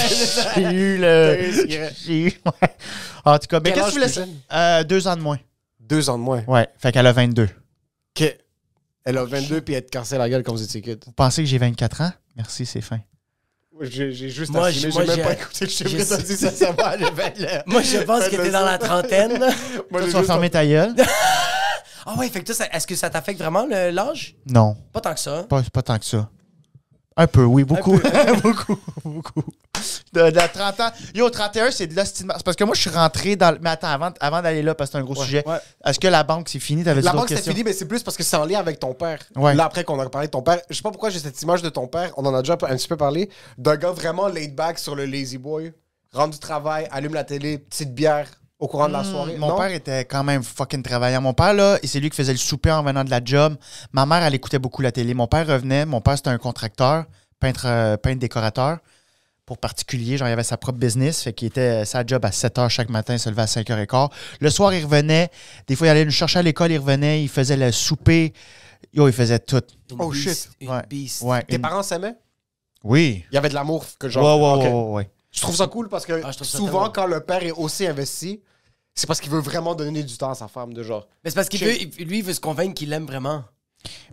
[SPEAKER 4] J'ai eu
[SPEAKER 5] eu
[SPEAKER 4] le.
[SPEAKER 5] ce qu'il y a.
[SPEAKER 4] J'ai eu. ouais. En tout cas, mais
[SPEAKER 5] Quel
[SPEAKER 4] qu'est-ce que
[SPEAKER 5] âge
[SPEAKER 4] tu voulais
[SPEAKER 5] plus jeune?
[SPEAKER 4] Euh, deux ans de moins.
[SPEAKER 5] Deux ans de moins.
[SPEAKER 4] Ouais, fait qu'elle a 22.
[SPEAKER 5] Ok. Elle a 22 puis elle te cassait la gueule quand vous étiez kid.
[SPEAKER 4] Vous pensez que j'ai 24 ans? Merci, c'est fin.
[SPEAKER 5] J'ai j'ai juste
[SPEAKER 2] Moi,
[SPEAKER 5] assumé,
[SPEAKER 2] j'ai- moi,
[SPEAKER 5] j'ai même
[SPEAKER 2] j'ai-
[SPEAKER 5] pas écouté le chiffre
[SPEAKER 2] j'ai-
[SPEAKER 5] que t'as dit, ça, ça va, je vais le-
[SPEAKER 2] Moi, je pense
[SPEAKER 5] faites
[SPEAKER 2] que
[SPEAKER 5] le
[SPEAKER 2] t'es dans
[SPEAKER 5] saut.
[SPEAKER 2] la trentaine. [LAUGHS] là.
[SPEAKER 5] Moi,
[SPEAKER 4] Toi,
[SPEAKER 5] j'ai
[SPEAKER 4] tu vas
[SPEAKER 5] juste-
[SPEAKER 4] fermer ta
[SPEAKER 5] [LAUGHS]
[SPEAKER 4] gueule?
[SPEAKER 2] Ah ouais, fait que toi, ça- est-ce que ça t'affecte vraiment le- l'âge?
[SPEAKER 4] Non,
[SPEAKER 2] Pas tant que ça.
[SPEAKER 4] pas, pas tant que ça. Un peu, oui, beaucoup. [LAUGHS] beaucoup, beaucoup. De, de 30 ans. Yo, 31, c'est de l'hostie de mar- C'est parce que moi, je suis rentré dans. le- Mais attends, avant, avant d'aller là, parce que c'est un gros sujet.
[SPEAKER 5] ouais.
[SPEAKER 4] Est-ce que la banque, c'est fini? T'avais
[SPEAKER 5] La
[SPEAKER 4] d'autres
[SPEAKER 5] banque, c'était
[SPEAKER 4] questions?
[SPEAKER 5] fini, mais c'est plus parce que c'est en lien avec ton père.
[SPEAKER 4] Ouais.
[SPEAKER 5] Là, après qu'on a parlé de ton père, je sais pas pourquoi j'ai cette image de ton père, on en a déjà un petit peu parlé, d'un gars vraiment laid back sur le lazy boy, rentre du travail, allume la télé, petite bière au courant de la soirée.
[SPEAKER 4] Hmm, Mon
[SPEAKER 5] non?
[SPEAKER 4] père était quand même fucking travaillant. Mon père, là, et c'est lui qui faisait le souper en venant de la job. Ma mère, elle écoutait beaucoup la télé. Mon père revenait. Mon père, c'était un contracteur, peintre, euh, peintre décorateur pour particulier. Genre, il avait sa propre business. Fait qu'il était euh, sa job à 7 h chaque matin. Il se levait à 5 h 15 Le soir, il revenait. Des fois, il allait nous chercher à l'école. Il revenait. Il faisait le souper. Yo, il faisait tout.
[SPEAKER 2] Une
[SPEAKER 5] Oh,
[SPEAKER 2] beast,
[SPEAKER 5] shit.
[SPEAKER 2] Une
[SPEAKER 4] Ouais.
[SPEAKER 2] beast.
[SPEAKER 4] Ouais,
[SPEAKER 5] Tes
[SPEAKER 4] une-
[SPEAKER 5] parents s'aimaient?
[SPEAKER 4] Oui.
[SPEAKER 5] Il y avait de l'amour que
[SPEAKER 4] Ouais,
[SPEAKER 5] genre.
[SPEAKER 4] ouais,
[SPEAKER 5] ok.
[SPEAKER 4] ouais, ouais, ouais.
[SPEAKER 5] Je trouve ça cool parce que
[SPEAKER 2] Ah, je trouve ça
[SPEAKER 5] souvent,
[SPEAKER 2] tellement-
[SPEAKER 5] quand le père est aussi investi, c'est parce qu'il veut vraiment donner du temps à sa femme, de genre.
[SPEAKER 2] Mais c'est parce qu'il
[SPEAKER 5] Shit.
[SPEAKER 2] veut, il- lui, il veut se convaincre qu'il l'aime vraiment.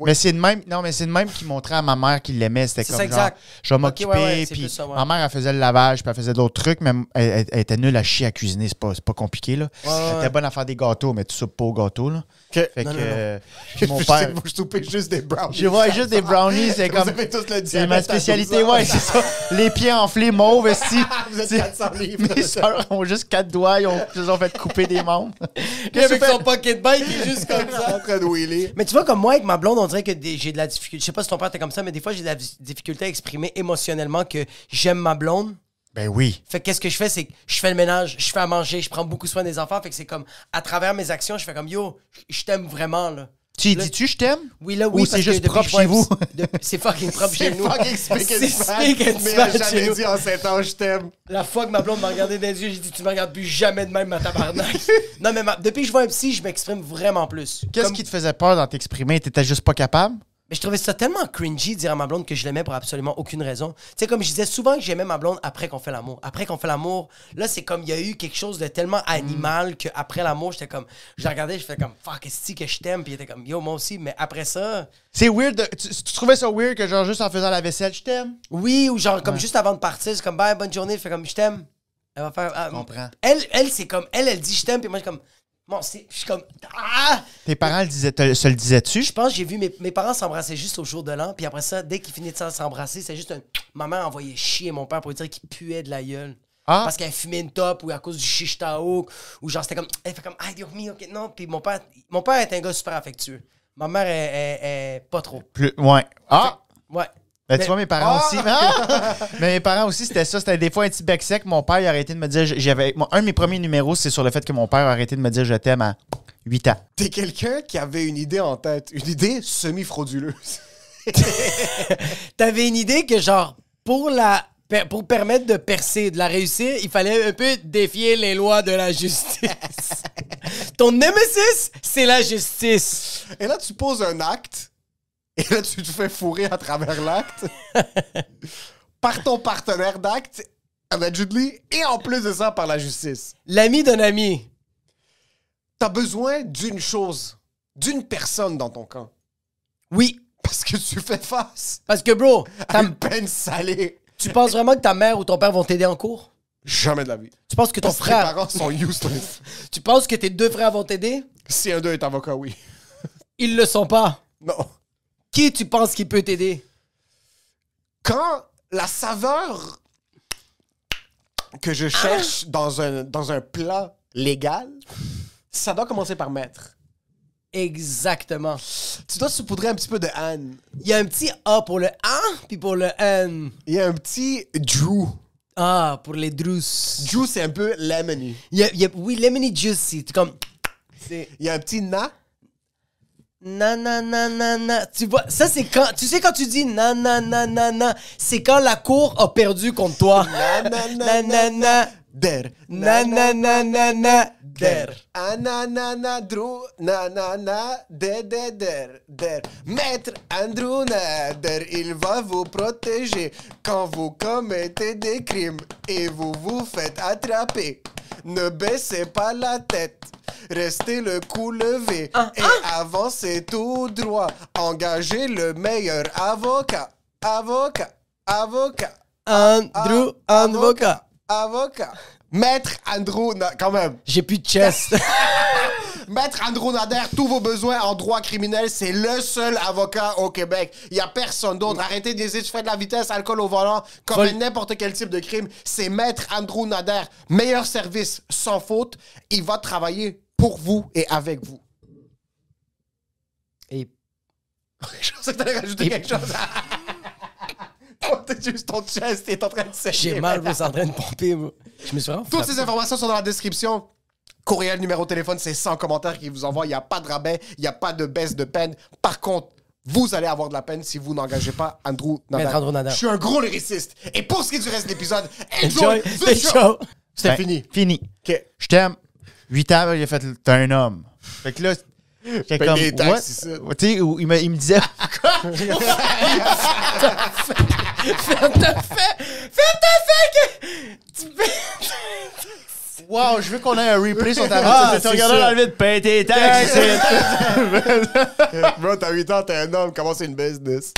[SPEAKER 4] Mais c'est de même, non, mais c'est de même qui montrait à ma mère qu'il l'aimait. C'était
[SPEAKER 2] C'est
[SPEAKER 4] comme
[SPEAKER 2] ça,
[SPEAKER 4] genre,
[SPEAKER 2] exact.
[SPEAKER 4] je vais m'occuper.
[SPEAKER 2] Ok, ouais, ouais, c'est
[SPEAKER 4] puis
[SPEAKER 2] plus ça, ouais.
[SPEAKER 4] ma mère, elle faisait le lavage, puis elle faisait d'autres trucs, mais elle, elle- elle était nulle à chier à cuisiner. C'est pas, c'est pas compliqué, là.
[SPEAKER 2] ouais.
[SPEAKER 4] Elle était bonne à faire des gâteaux, mais tu soupes pas aux gâteaux, là.
[SPEAKER 5] Ok.
[SPEAKER 4] Fait
[SPEAKER 2] Non, non,
[SPEAKER 4] que,
[SPEAKER 2] non. [LAUGHS]
[SPEAKER 4] euh, puis mon
[SPEAKER 5] [LAUGHS] je
[SPEAKER 4] père.
[SPEAKER 5] sais que vous soupez juste des brownies.
[SPEAKER 4] Je vois juste des brownies, c'est
[SPEAKER 5] Vous
[SPEAKER 4] comme.
[SPEAKER 5] avez tous le
[SPEAKER 4] C'est
[SPEAKER 5] diabète à
[SPEAKER 4] ma
[SPEAKER 5] 12
[SPEAKER 4] spécialité,
[SPEAKER 5] ans.
[SPEAKER 4] ouais, c'est ça. Les pieds enflés, mauves,
[SPEAKER 2] [LAUGHS]
[SPEAKER 4] esti.
[SPEAKER 5] Vous êtes
[SPEAKER 4] C'est-
[SPEAKER 5] 400 livres.
[SPEAKER 4] [LAUGHS] Mes soeurs ont juste quatre doigts, ils ont, ils ont fait couper
[SPEAKER 2] [LAUGHS]
[SPEAKER 4] des membres.
[SPEAKER 2] Lui, avec
[SPEAKER 4] que tu
[SPEAKER 2] son pocket bike, il est juste comme ça.
[SPEAKER 5] en train de wheeler.
[SPEAKER 2] [LAUGHS] Mais tu vois, comme moi, avec ma blonde, on dirait que des- j'ai de la difficulté. Je sais pas si ton père était comme ça, mais des fois, j'ai de la vi- difficulté à exprimer émotionnellement que j'aime ma blonde.
[SPEAKER 4] Ben oui.
[SPEAKER 2] Fait que qu'est-ce que je fais, c'est que je fais le ménage, je fais à manger, je prends beaucoup soin des enfants. Fait que c'est comme, à travers mes actions, je fais comme, yo, je- je t'aime vraiment, là.
[SPEAKER 4] Tu y
[SPEAKER 2] Là-
[SPEAKER 4] dis-tu, je t'aime?
[SPEAKER 2] Oui, là, oui.
[SPEAKER 4] Ou c'est
[SPEAKER 2] parce que
[SPEAKER 4] juste
[SPEAKER 2] depuis
[SPEAKER 4] propre
[SPEAKER 2] que je vois-
[SPEAKER 4] chez vous?
[SPEAKER 2] de- C'est
[SPEAKER 4] [LAUGHS]
[SPEAKER 2] fucking propre chez nous. [LAUGHS]
[SPEAKER 5] fucking speak and
[SPEAKER 2] C'est
[SPEAKER 5] span,
[SPEAKER 2] speak and
[SPEAKER 5] Mais
[SPEAKER 2] span
[SPEAKER 5] elle a
[SPEAKER 2] chez
[SPEAKER 5] jamais
[SPEAKER 2] nous.
[SPEAKER 5] dit en 7 ans, je t'aime.
[SPEAKER 2] La fois que ma blonde m'a regardé dans les yeux, j'ai dit Tu me regardes plus jamais de même, ma
[SPEAKER 4] [LAUGHS]
[SPEAKER 2] tabarnak. non, mais ma- depuis que je vois un psy, je m'exprime vraiment plus.
[SPEAKER 4] Qu'est-ce
[SPEAKER 2] Comme-
[SPEAKER 4] qui te faisait peur dans t'exprimer? T'étais juste pas capable?
[SPEAKER 2] Mais je trouvais ça tellement cringy de dire à ma blonde que je l'aimais pour absolument aucune raison. Tu sais, comme je disais souvent que j'aimais ma blonde après qu'on fait l'amour. Après qu'on fait l'amour, là, c'est comme il y a eu quelque chose de tellement animal qu'après l'amour, j'étais comme. Je la regardais, je faisais comme Fuck, est-ce que je t'aime? Puis il était comme Yo, moi aussi. Mais après ça.
[SPEAKER 4] C'est weird. de- tu, tu trouvais ça weird que, genre, juste en faisant la vaisselle, je t'aime?
[SPEAKER 2] Oui, ou genre, comme juste avant de partir, c'est comme, ben, bonne journée, je fais comme, je t'aime. Elle va faire. ah,
[SPEAKER 4] comprends.
[SPEAKER 2] Elle, elle c'est comme, elle, elle dit, je t'aime, puis moi, je suis comme, bon, c'est. Je suis comme, ah!
[SPEAKER 4] Tes parents le disaient, te- se le disaient-tu?
[SPEAKER 2] Je pense que j'ai vu mes, mes parents s'embrasser juste au jour de l'an, puis après ça, dès qu'ils finissaient de s'embrasser, c'est juste un. Maman a envoyé chier mon père pour lui dire qu'il puait de la gueule.
[SPEAKER 4] Ah.
[SPEAKER 2] Parce qu'elle fumait une top ou à cause du shish tao ou genre c'était comme elle fait comme ah you're me ok non puis mon père mon père est un gars super affectueux ma mère est, est- est pas trop
[SPEAKER 4] Plus- ouais. Ah!
[SPEAKER 2] ouais
[SPEAKER 4] Ben, tu vois, mes parents aussi. Ah! Mais mes parents aussi, c'était ça. C'était des fois un petit bec sec. Mon père, il a arrêté de me dire. J'avais, moi, un de mes premiers numéros, c'est sur le fait que mon père a arrêté de me dire je t'aime à 8 ans.
[SPEAKER 5] T'es quelqu'un qui avait une idée en tête, une idée semi-frauduleuse.
[SPEAKER 2] T'avais une idée que, genre, pour la per- pour permettre de percer, de la réussir, il fallait un peu défier les lois de la justice. Ton nemesis, c'est la justice.
[SPEAKER 5] Et là, tu poses un acte, et là, tu te fais fourrer à travers l'acte par ton partenaire d'acte, allegedly, et en plus de ça, par la justice.
[SPEAKER 2] L'ami d'un ami.
[SPEAKER 5] T'as besoin d'une chose, d'une personne dans ton camp,
[SPEAKER 2] Oui,
[SPEAKER 5] parce que tu fais face
[SPEAKER 2] parce que, bro,
[SPEAKER 5] à
[SPEAKER 2] ta-
[SPEAKER 5] une peine salée.
[SPEAKER 2] tu penses vraiment que ta mère ou ton père vont t'aider en cours?
[SPEAKER 5] Jamais de la vie.
[SPEAKER 2] Tu penses que ton
[SPEAKER 5] Parce que tes
[SPEAKER 2] frère,
[SPEAKER 5] parents sont useless.
[SPEAKER 2] tu penses que tes deux frères vont t'aider?
[SPEAKER 5] Si un d'eux est avocat, oui.
[SPEAKER 2] Ils le sont pas.
[SPEAKER 5] Non.
[SPEAKER 2] Qui tu penses qui peut t'aider?
[SPEAKER 5] quand la saveur que je cherche
[SPEAKER 2] Ah!
[SPEAKER 5] dans, un, dans un plat légal, ça doit commencer par maître.
[SPEAKER 2] Exactement.
[SPEAKER 5] Tu dois saupoudrer un petit peu de Anne.
[SPEAKER 2] Il y a un petit A pour le A, puis pour le N.
[SPEAKER 5] Il y a un petit Drew.
[SPEAKER 2] Ah, pour les drousses.
[SPEAKER 5] Drew, c'est un peu lemony.
[SPEAKER 2] Il y a- il y a- oui, lemony juicy. Tu comme. C'est.
[SPEAKER 5] Il y a un petit na.
[SPEAKER 2] Na na na na na. Tu vois, ça c'est quand. Tu sais, quand tu dis na na na na na, c'est quand la cour a perdu contre toi.
[SPEAKER 5] Na na
[SPEAKER 2] Na
[SPEAKER 5] na
[SPEAKER 2] na
[SPEAKER 5] na.
[SPEAKER 2] na.
[SPEAKER 5] Der.
[SPEAKER 2] Na na na na na. Der.
[SPEAKER 5] Ah na na na Drew. Na na na. Der der der. Der. Maître Andrew Nader, il va vous protéger quand vous commettez des crimes et vous vous faites attraper. Ne baissez pas la tête. restez le cou levé et avancez tout droit. Engagez le meilleur avocat, avocat, avocat.
[SPEAKER 2] Andrew,
[SPEAKER 5] Ah,
[SPEAKER 2] Andvoca.
[SPEAKER 5] Avocat. Maître Andrew, Na- quand même.
[SPEAKER 2] J'ai plus de [LAUGHS] chest.
[SPEAKER 5] Maître Andrew Nader, tous vos besoins en droit criminel, c'est le seul avocat au Québec. Il n'y a personne d'autre. Arrêtez de niaiser, tu fais de la vitesse, alcool au volant,
[SPEAKER 2] Vol-
[SPEAKER 5] comme n'importe quel type de crime. C'est Maître Andrew Nader. Meilleur service, sans faute. Il va travailler pour vous et avec vous. [LAUGHS]
[SPEAKER 2] Et
[SPEAKER 5] Je pensais que t'allais rajouter quelque chose. [LAUGHS] Toi, t'es juste ton chest, t'es en train de sécher.
[SPEAKER 2] j'ai [LAUGHS] mal, je suis en train de pomper, moi. Je me suis vraiment
[SPEAKER 5] Toutes
[SPEAKER 2] frappé.
[SPEAKER 5] ces informations sont dans la description. Courriel, numéro de téléphone, c'est 100 commentaires qui vous envoie. Il n'y a pas de rabais, il n'y a pas de baisse de peine. Par contre, vous allez avoir de la peine si vous n'engagez pas Andrew Nader.
[SPEAKER 2] Maître Andrew Nader.
[SPEAKER 5] Je suis un gros lyriciste. Et pour ce qui est du reste
[SPEAKER 2] [LAUGHS]
[SPEAKER 5] de l'épisode, enjoy
[SPEAKER 2] Enjoy
[SPEAKER 5] the
[SPEAKER 2] the
[SPEAKER 5] show.
[SPEAKER 2] show.
[SPEAKER 5] C'était
[SPEAKER 4] Ben,
[SPEAKER 5] fini.
[SPEAKER 4] Fini.
[SPEAKER 5] OK.
[SPEAKER 4] Je t'aime. 8 ans, il a fait T'es un homme. Fait que là, j'étais
[SPEAKER 5] Paye
[SPEAKER 4] comme.
[SPEAKER 5] des
[SPEAKER 4] what?
[SPEAKER 5] taxes, c'est ça.
[SPEAKER 4] Tu sais, où il me, il me disait.
[SPEAKER 2] Ferme ta fait! Ferme ta fait que... Tu fais-
[SPEAKER 4] Wow, je veux qu'on ait un replay sur ta
[SPEAKER 2] Ah,
[SPEAKER 4] race.
[SPEAKER 2] c'est ça.
[SPEAKER 4] le vide, paye tes taxes.
[SPEAKER 5] [LAUGHS] Bro, t'as 8 ans, t'es un homme, comment c'est une business?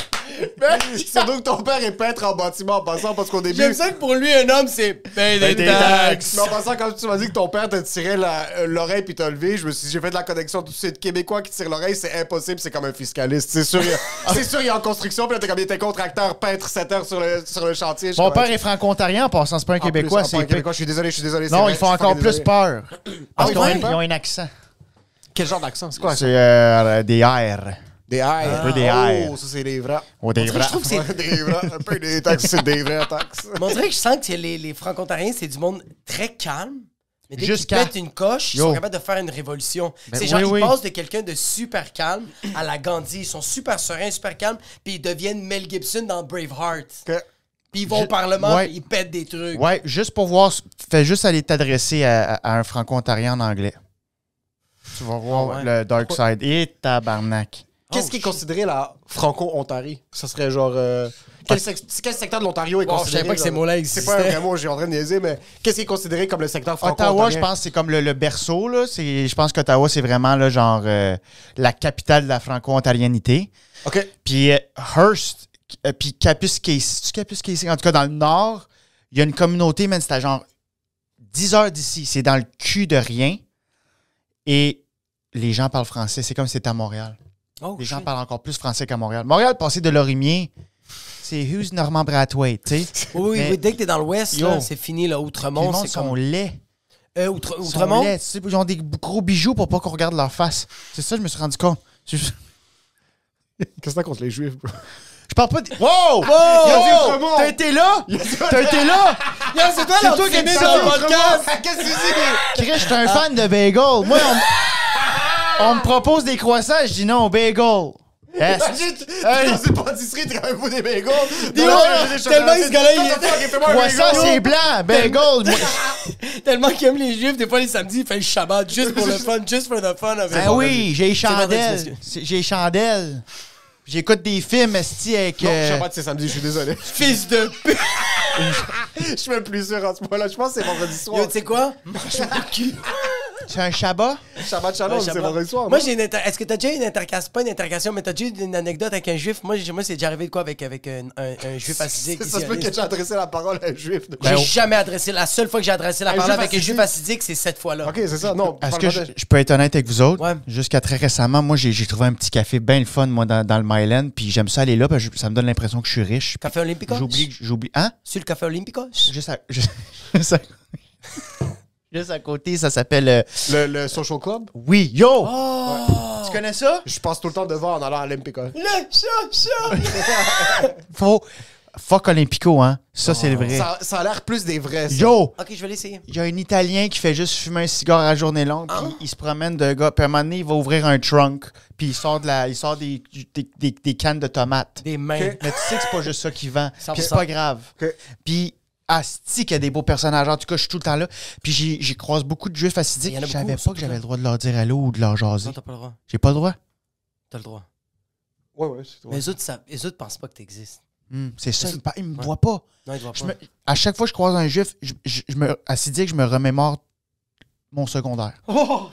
[SPEAKER 5] [LAUGHS] Surtout que ton père est peintre en bâtiment en passant parce qu'au début.
[SPEAKER 2] J'aime ça que pour lui, un homme, c'est... Ben,
[SPEAKER 4] Ben,
[SPEAKER 2] des
[SPEAKER 4] des
[SPEAKER 2] taxes.
[SPEAKER 4] taxes.
[SPEAKER 5] Mais en passant, quand tu m'as dit que ton père t'a tiré la- euh, l'oreille puis t'a levé, je me suis dit, j'ai fait de la connexion tout de suite. Québécois qui tire l'oreille, c'est impossible, c'est comme un fiscaliste. C'est sûr,
[SPEAKER 4] [LAUGHS]
[SPEAKER 5] il- c'est sûr, il est en construction, puis là, t'es comme, il était contracteur, peintre, 7 heures sur le, sur le chantier. Je suis
[SPEAKER 4] Mon
[SPEAKER 5] comme,
[SPEAKER 4] père est franco-ontarien en passant, c'est pas un
[SPEAKER 5] En plus,
[SPEAKER 4] Québécois.
[SPEAKER 5] en
[SPEAKER 4] c'est
[SPEAKER 5] parlant québécois, je suis désolé, je suis désolé. c'est
[SPEAKER 4] Non,
[SPEAKER 5] vrai,
[SPEAKER 4] ils
[SPEAKER 5] je
[SPEAKER 4] font
[SPEAKER 5] suis
[SPEAKER 4] encore
[SPEAKER 5] fucking
[SPEAKER 4] plus
[SPEAKER 5] désolé.
[SPEAKER 4] peur. Parce
[SPEAKER 2] ouais?
[SPEAKER 4] qu'ils ont, un- ils ont un accent.
[SPEAKER 5] Quel genre d'accent, c'est quoi?
[SPEAKER 4] C'est euh, des R.
[SPEAKER 5] Des airs.
[SPEAKER 4] Un peu des airs.
[SPEAKER 5] Oh, ça, c'est des vrais.
[SPEAKER 4] Ou des
[SPEAKER 2] dirait que je
[SPEAKER 4] vrais.
[SPEAKER 2] trouve que c'est-
[SPEAKER 5] Ouais, [LAUGHS] des vrais. Un peu des taxes, c'est des vrais
[SPEAKER 4] [LAUGHS]
[SPEAKER 5] taxes.
[SPEAKER 2] Mais on dirait que je sens que c'est les, les franco-ontariens, c'est du monde très calme. Mais dès qu'ils
[SPEAKER 4] Jusqu'à-
[SPEAKER 2] pètent une coche, ils
[SPEAKER 4] Yo.
[SPEAKER 2] sont capables de faire une révolution.
[SPEAKER 4] Ben
[SPEAKER 2] c'est
[SPEAKER 4] oui,
[SPEAKER 2] genre, ils
[SPEAKER 4] oui.
[SPEAKER 2] passent de quelqu'un de super calme à la Gandhi. Ils sont super sereins, super calmes, puis ils deviennent Mel Gibson dans Braveheart.
[SPEAKER 5] Que-
[SPEAKER 2] Puis ils vont
[SPEAKER 4] Je-
[SPEAKER 2] au Parlement,
[SPEAKER 4] Ouais.
[SPEAKER 2] puis ils pètent des trucs.
[SPEAKER 4] Ouais, juste pour voir. Fais juste aller t'adresser à, à un franco-ontarien en anglais. Tu vas voir
[SPEAKER 2] Ah ouais.
[SPEAKER 4] le dark side. Et tabarnak.
[SPEAKER 5] Qu'est-ce qui est considéré la franco-ontarie? Ça serait genre. euh, quel, sec- quel secteur de l'Ontario est
[SPEAKER 2] Wow, Oh, je
[SPEAKER 5] considéré?
[SPEAKER 2] savais pas que
[SPEAKER 5] genre-
[SPEAKER 2] ces mots-là
[SPEAKER 5] C'est pas un vrai
[SPEAKER 2] existaient.
[SPEAKER 5] mot, j'ai en train de niaiser, mais qu'est-ce qui est considéré comme le secteur franco-ontarien?
[SPEAKER 4] Ottawa, je
[SPEAKER 5] [LAUGHS]
[SPEAKER 4] pense, que c'est comme le, le berceau. Là. C'est- Je pense qu'Ottawa, c'est vraiment là, genre euh, la capitale de la franco-ontarianité.
[SPEAKER 5] OK.
[SPEAKER 4] Puis euh, Hearst, euh, puis Capus-Casey. Capus-Casey, en tout cas, dans le nord, il y a une communauté, man, c'est à genre 10 heures d'ici. C'est dans le cul de rien. Et les gens parlent français. C'est comme si c'était à Montréal.
[SPEAKER 2] Oh,
[SPEAKER 4] Les gens
[SPEAKER 2] shit.
[SPEAKER 4] parlent encore plus français qu'à Montréal. Montréal, passé de Lorimier, c'est Hughes Normand Brathwaite, tu sais.
[SPEAKER 2] Oui, oui,
[SPEAKER 4] Mais-
[SPEAKER 2] oui, dès que t'es dans l'Ouest,
[SPEAKER 4] Yo.
[SPEAKER 2] là, c'est fini, là.
[SPEAKER 4] Les
[SPEAKER 2] Outremont,
[SPEAKER 4] gens
[SPEAKER 2] c'est
[SPEAKER 4] sont
[SPEAKER 2] comme.
[SPEAKER 4] laids.
[SPEAKER 2] Euh, Outre-
[SPEAKER 4] Ils sont
[SPEAKER 2] Outremont?
[SPEAKER 4] laids, tu sais, Ils ont des gros bijoux pour pas qu'on regarde leur face. C'est ça, je me suis rendu compte. Je, je
[SPEAKER 5] [LAUGHS] Qu'est-ce que t'as contre les Juifs, bro?
[SPEAKER 4] parle pas Ah, de. Wow!
[SPEAKER 5] a dit
[SPEAKER 4] Wow!
[SPEAKER 5] Outremont!
[SPEAKER 4] T'as été
[SPEAKER 5] [LAUGHS]
[SPEAKER 4] là? T'as été là?
[SPEAKER 2] Yo, c'est toi,
[SPEAKER 4] toi qui es né dans le podcast! Ben, Qu'est-ce que tu dis? Chris, je suis un fan de bagel. Moi, on, me-
[SPEAKER 5] [LAUGHS]
[SPEAKER 4] on me propose des croissants, je dis non, bagel. Yes.
[SPEAKER 5] T'es dans une pâtisserie, t'es quand même des bagels.
[SPEAKER 2] Yo, tellement ce gars-là, il est-
[SPEAKER 4] Croissant, c'est blanc. Bagel. moi-
[SPEAKER 2] Tellement qu'il aime les juifs, des fois les samedis, il fait le Shabbat juste
[SPEAKER 4] [LAUGHS]
[SPEAKER 2] pour le fun, juste for the fun. avec-
[SPEAKER 4] Ah oui, j'ai les
[SPEAKER 2] vendredi,
[SPEAKER 4] chandelles.
[SPEAKER 2] monsieur.
[SPEAKER 4] C'est- J'ai les chandelles. J'écoute des films, esti, avec...
[SPEAKER 5] Non,
[SPEAKER 4] euh,
[SPEAKER 5] Shabbat, c'est samedi, je suis désolé.
[SPEAKER 2] Fils de pute!
[SPEAKER 5] [LAUGHS] Je suis même plus sûr en ce moment-là. Je pense que c'est vendredi
[SPEAKER 2] Yo,
[SPEAKER 5] soir.
[SPEAKER 2] tu sais quoi? Mange mon cul.
[SPEAKER 4] c'est un Shabbat?
[SPEAKER 5] Shabbat Shalom, c'est vendredi soir.
[SPEAKER 2] Moi,
[SPEAKER 5] non?
[SPEAKER 2] j'ai une inter- Est-ce que t'as déjà une intercation? Pas une intercation, mais t'as déjà eu une anecdote avec un juif? Moi, j'ai- moi c'est déjà arrivé de quoi avec, avec un, un- un juif assidique?
[SPEAKER 5] Ça se peut
[SPEAKER 2] sioniste.
[SPEAKER 5] que j'ai adressé la parole à un Juif. de-
[SPEAKER 2] J'ai jamais adressé. La seule fois que j'ai adressé la
[SPEAKER 5] Un
[SPEAKER 2] parole
[SPEAKER 5] juif
[SPEAKER 2] avec un juif
[SPEAKER 5] assidique.
[SPEAKER 2] assidique, c'est cette fois-là.
[SPEAKER 5] OK, c'est ça. Non,
[SPEAKER 4] Est-ce
[SPEAKER 5] parle
[SPEAKER 4] que
[SPEAKER 5] pas
[SPEAKER 4] je,
[SPEAKER 5] de-
[SPEAKER 4] je peux être honnête avec vous autres?
[SPEAKER 2] Ouais.
[SPEAKER 4] Jusqu'à très récemment, moi, j'ai j'ai trouvé un petit café bien le fun, moi, dans, dans le Myland, puis j'aime ça aller là, parce que je- ça me donne l'impression que je suis riche.
[SPEAKER 2] Café Olympico?
[SPEAKER 4] J'oublie, que- j'oublie... Hein?
[SPEAKER 2] Sur le café Olympico?
[SPEAKER 4] Juste à... Juste, [LAUGHS] juste à... juste à côté, ça s'appelle... euh,
[SPEAKER 5] Le, le social club,
[SPEAKER 4] Oui, yo!
[SPEAKER 2] Oh!
[SPEAKER 4] Tu connais ça?
[SPEAKER 5] je passe tout le temps devant en allant à hein. l'Olympica.
[SPEAKER 2] Le chat, chat!
[SPEAKER 4] Faut... Fuck Olympico, hein? Ça, c'est le vrai.
[SPEAKER 5] Ça, ça a l'air plus des vrais. ça.
[SPEAKER 4] Yo!
[SPEAKER 2] Ok, je vais l'essayer.
[SPEAKER 4] Il y a un Italien qui fait juste fumer un cigare à journée longue, puis il se promène de gars. Puis à un moment donné, il va ouvrir un trunk, puis il sort, de la, il sort des, des, des- des cannes de tomates.
[SPEAKER 2] Des mains.
[SPEAKER 4] Mais tu sais que c'est pas juste ça qu'il vend,
[SPEAKER 2] Ça
[SPEAKER 4] puis c'est
[SPEAKER 2] va.
[SPEAKER 4] pas grave.
[SPEAKER 5] Ok.
[SPEAKER 4] Puis asti qu'il y a des beaux personnages. En tout cas, je suis tout le temps là. Puis j'y j'y croise beaucoup de juifs assidiques.
[SPEAKER 2] Il y en a
[SPEAKER 4] Je savais
[SPEAKER 2] beaucoup,
[SPEAKER 4] pas que
[SPEAKER 2] surtout
[SPEAKER 4] j'avais
[SPEAKER 2] là.
[SPEAKER 4] le droit de leur dire allô ou de leur jaser.
[SPEAKER 2] Non, t'as pas le droit.
[SPEAKER 4] J'ai pas le droit.
[SPEAKER 2] T'as le droit.
[SPEAKER 5] Ouais, ouais, c'est toi.
[SPEAKER 2] Mais les autres, savent- les autres pensent pas que t'existes.
[SPEAKER 4] Hmm, c'est ça,
[SPEAKER 2] Mais
[SPEAKER 4] ils me, par- ils me
[SPEAKER 2] ouais.
[SPEAKER 4] voient pas.
[SPEAKER 2] Non, ils te voient
[SPEAKER 4] Je
[SPEAKER 2] pas.
[SPEAKER 4] me- à chaque fois que je croise un juif, je, je, je me, assidique, je me remémore mon secondaire.
[SPEAKER 2] Oh!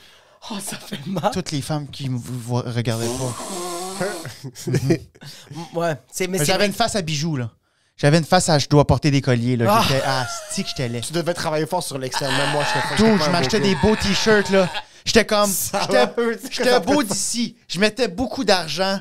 [SPEAKER 2] Oh, ça fait mal.
[SPEAKER 4] Toutes les femmes qui me voient- regardaient pas.
[SPEAKER 2] M- Ouais, c'est mais
[SPEAKER 4] Mais
[SPEAKER 2] c'est
[SPEAKER 4] J'avais
[SPEAKER 2] vrai
[SPEAKER 4] une face à bijoux, là. J'avais une face à je dois porter des colliers, là.
[SPEAKER 2] Ah.
[SPEAKER 4] J'étais ah, asti que j'étais laid.
[SPEAKER 5] Tu devais travailler fort sur l'externe, même moi, je serais pas- serais
[SPEAKER 4] Dude,
[SPEAKER 5] pas
[SPEAKER 4] je
[SPEAKER 5] un beau
[SPEAKER 4] m'achetais
[SPEAKER 5] kid.
[SPEAKER 4] des beaux t-shirts, là. J'étais comme.
[SPEAKER 5] Ça
[SPEAKER 4] j'étais-
[SPEAKER 5] va, eux, c'est
[SPEAKER 4] J'étais
[SPEAKER 5] comme ça.
[SPEAKER 4] beau d'ici. Je mettais beaucoup d'argent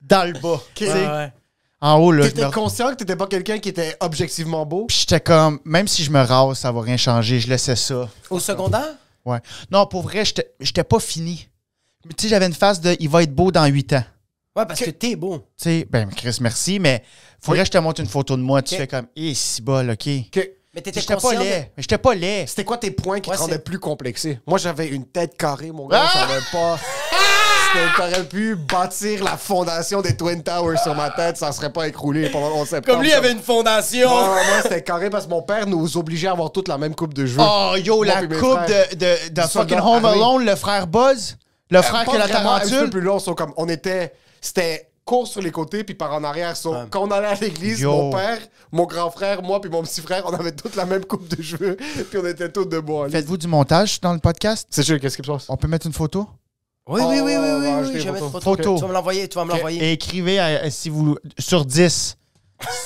[SPEAKER 4] dans le bas. tu
[SPEAKER 2] que-
[SPEAKER 4] sais.
[SPEAKER 2] Ouais, ouais.
[SPEAKER 4] En haut, là. je me-
[SPEAKER 5] Ah. T'étais conscient que t'étais pas quelqu'un qui était objectivement beau?
[SPEAKER 4] Puis j'étais comme, même si je me rase, ça va rien changer. Je laissais ça.
[SPEAKER 2] Au secondaire?
[SPEAKER 4] Ouais. Non, pour vrai, j'étais j'étais pas fini. Mais Tu sais, j'avais une phase de il va être beau dans 8 ans.
[SPEAKER 2] Ouais, parce que t'es beau.
[SPEAKER 4] Tu sais, ben Chris, merci, mais faudrait que je te montre une photo de moi. Tu
[SPEAKER 2] Ok.
[SPEAKER 4] fais comme, hé, si bol, OK.
[SPEAKER 5] Que-
[SPEAKER 2] Mais t'étais
[SPEAKER 4] J'étais
[SPEAKER 2] conscient.
[SPEAKER 4] pas
[SPEAKER 2] de-
[SPEAKER 4] laid. Mais J'étais pas laid.
[SPEAKER 5] C'était quoi tes points qui
[SPEAKER 2] Ouais,
[SPEAKER 5] te rendaient
[SPEAKER 2] c'est- Ah!
[SPEAKER 5] plus complexé? Moi, j'avais une tête carrée, mon gars. Ça savais pas. C'était- T'aurais pu bâtir la fondation des Twin Towers sur ma tête, ça serait pas écroulé pendant le 11 septembre.
[SPEAKER 2] Comme lui, il avait une fondation.
[SPEAKER 5] Moi, moi, c'était carré parce que mon père nous obligeait à avoir toute la même coupe de jeu.
[SPEAKER 2] Ah,
[SPEAKER 4] Oh, yo,
[SPEAKER 5] Moi
[SPEAKER 4] la
[SPEAKER 5] puis mes
[SPEAKER 4] coupe
[SPEAKER 5] frères.
[SPEAKER 4] de, de, de
[SPEAKER 5] Du soldat
[SPEAKER 4] fucking Home
[SPEAKER 5] armé.
[SPEAKER 4] Alone, le frère Buzz, le frère qui a la
[SPEAKER 5] Un peu
[SPEAKER 4] tarentule.
[SPEAKER 5] plus long, sont comme on était, c'était court sur les côtés puis par en arrière. So, Quand on allait à l'église,
[SPEAKER 4] Yo.
[SPEAKER 5] mon père, mon grand frère, moi puis mon petit frère, on avait toute la même coupe de cheveux [LAUGHS] puis on était tous debout. en ligne.
[SPEAKER 4] Faites-vous du montage dans le podcast?
[SPEAKER 5] C'est sûr, qu'est-ce qui se passe
[SPEAKER 4] On peut mettre une photo?
[SPEAKER 2] Oui, oui, oui, oui,
[SPEAKER 5] Oh,
[SPEAKER 2] oui,
[SPEAKER 5] ouais,
[SPEAKER 2] oui,
[SPEAKER 5] j'ai
[SPEAKER 2] j'avais
[SPEAKER 5] photo.
[SPEAKER 2] photo.
[SPEAKER 4] Photo.
[SPEAKER 2] Tu vas me l'envoyer, tu vas me l'envoyer.
[SPEAKER 4] Et écrivez euh, si vous sur 10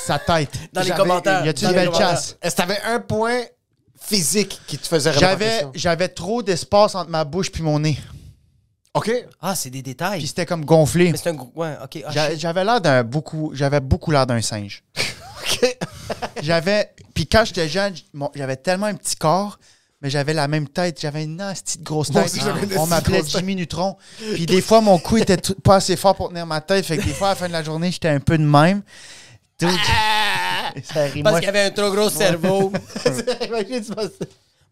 [SPEAKER 4] sa tête.
[SPEAKER 2] Dans les
[SPEAKER 4] J'avais-
[SPEAKER 2] commentaires.
[SPEAKER 4] Y a-tu
[SPEAKER 2] Dans
[SPEAKER 4] des
[SPEAKER 2] les
[SPEAKER 4] belles
[SPEAKER 2] commentaires.
[SPEAKER 4] chasses?
[SPEAKER 5] Est-ce que t'avais un point physique qui te faisait remettre en
[SPEAKER 4] J'avais,
[SPEAKER 5] question?
[SPEAKER 4] j'avais trop d'espace entre ma bouche puis mon nez.
[SPEAKER 5] OK.
[SPEAKER 2] Ah, c'est des détails.
[SPEAKER 4] Puis c'était comme gonflé.
[SPEAKER 2] Mais c'est un gros. Ouais, ok. ah,
[SPEAKER 4] J'a-
[SPEAKER 2] shit.
[SPEAKER 4] J'avais l'air d'un beaucoup, j'avais beaucoup l'air
[SPEAKER 2] [LAUGHS]
[SPEAKER 4] d'un singe. J'avais, puis quand j'étais jeune, j- mon- j'avais tellement un petit corps, mais j'avais la même tête, j'avais une nasty de grosse
[SPEAKER 5] Moi
[SPEAKER 4] tête.
[SPEAKER 5] aussi, j'avais
[SPEAKER 4] On
[SPEAKER 5] une nasty de
[SPEAKER 4] m'appelait
[SPEAKER 5] grosse tête.
[SPEAKER 4] Jimmy Neutron. Puis des fois, mon cou était tout- pas assez fort pour tenir ma tête, fait que des fois, à la fin de la journée, j'étais un peu de même. Dude, ça rit,
[SPEAKER 2] Ah! Parce
[SPEAKER 4] moi,
[SPEAKER 2] qu'il avait un trop gros cerveau. [LAUGHS]
[SPEAKER 5] Imagine, tu passes-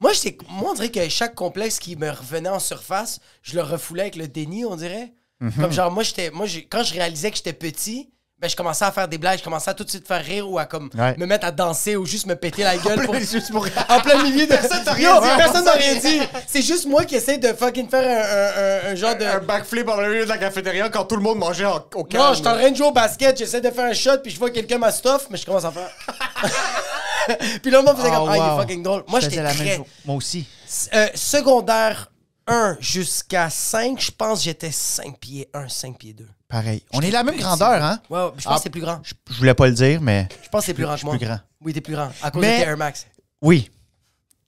[SPEAKER 2] Moi, j'étais- moi, on dirait que chaque complexe qui me revenait en surface, je le refoulais avec le déni, on dirait. Comme genre, moi, j'étais, moi j'ai- quand je réalisais que j'étais petit, ben, je commençais à faire des blagues, je commençais à tout de suite faire rire ou à comme
[SPEAKER 4] Ouais.
[SPEAKER 2] me mettre à danser ou juste me péter [LAUGHS] la gueule. pour-
[SPEAKER 5] Juste pour-
[SPEAKER 4] Ah,
[SPEAKER 2] En plein milieu de.
[SPEAKER 5] Personne t'a rien
[SPEAKER 2] Yo,
[SPEAKER 5] dit,
[SPEAKER 2] Personne
[SPEAKER 5] on
[SPEAKER 2] t'a
[SPEAKER 5] s'en
[SPEAKER 2] rien dit. C'est juste moi qui essaie de fucking faire un, un- un- un genre de.
[SPEAKER 5] Un backflip en milieu de la cafétéria quand tout le monde mangeait en- au calme.
[SPEAKER 2] Non, je suis en train de jouer au basket, j'essaie de faire un shot, puis je vois quelqu'un m'a stuff, mais je commence à
[SPEAKER 4] [LAUGHS]
[SPEAKER 2] faire. puis là, le monde faisait comme,
[SPEAKER 4] Oh,
[SPEAKER 2] ah, il est
[SPEAKER 4] wow.
[SPEAKER 2] fucking drôle. Moi,
[SPEAKER 4] je
[SPEAKER 2] j'étais
[SPEAKER 4] faisais la même
[SPEAKER 2] très.
[SPEAKER 4] chose. Moi aussi.
[SPEAKER 2] Euh, secondaire 1 jusqu'à 5, je pense que j'étais 5 pieds 1, 5 pieds 2.
[SPEAKER 4] Pareil. On est la même grandeur, hein?
[SPEAKER 2] Ouais, ouais, je pense
[SPEAKER 4] Ah.
[SPEAKER 2] que c'est plus grand.
[SPEAKER 4] Je, je voulais pas le dire, mais
[SPEAKER 2] Je pense que c'est plus grand que
[SPEAKER 4] je suis
[SPEAKER 2] moi.
[SPEAKER 4] plus grand.
[SPEAKER 2] Oui, t'es plus grand. À cause
[SPEAKER 4] Mais- Ah,
[SPEAKER 2] de tes Air Max.
[SPEAKER 4] oui,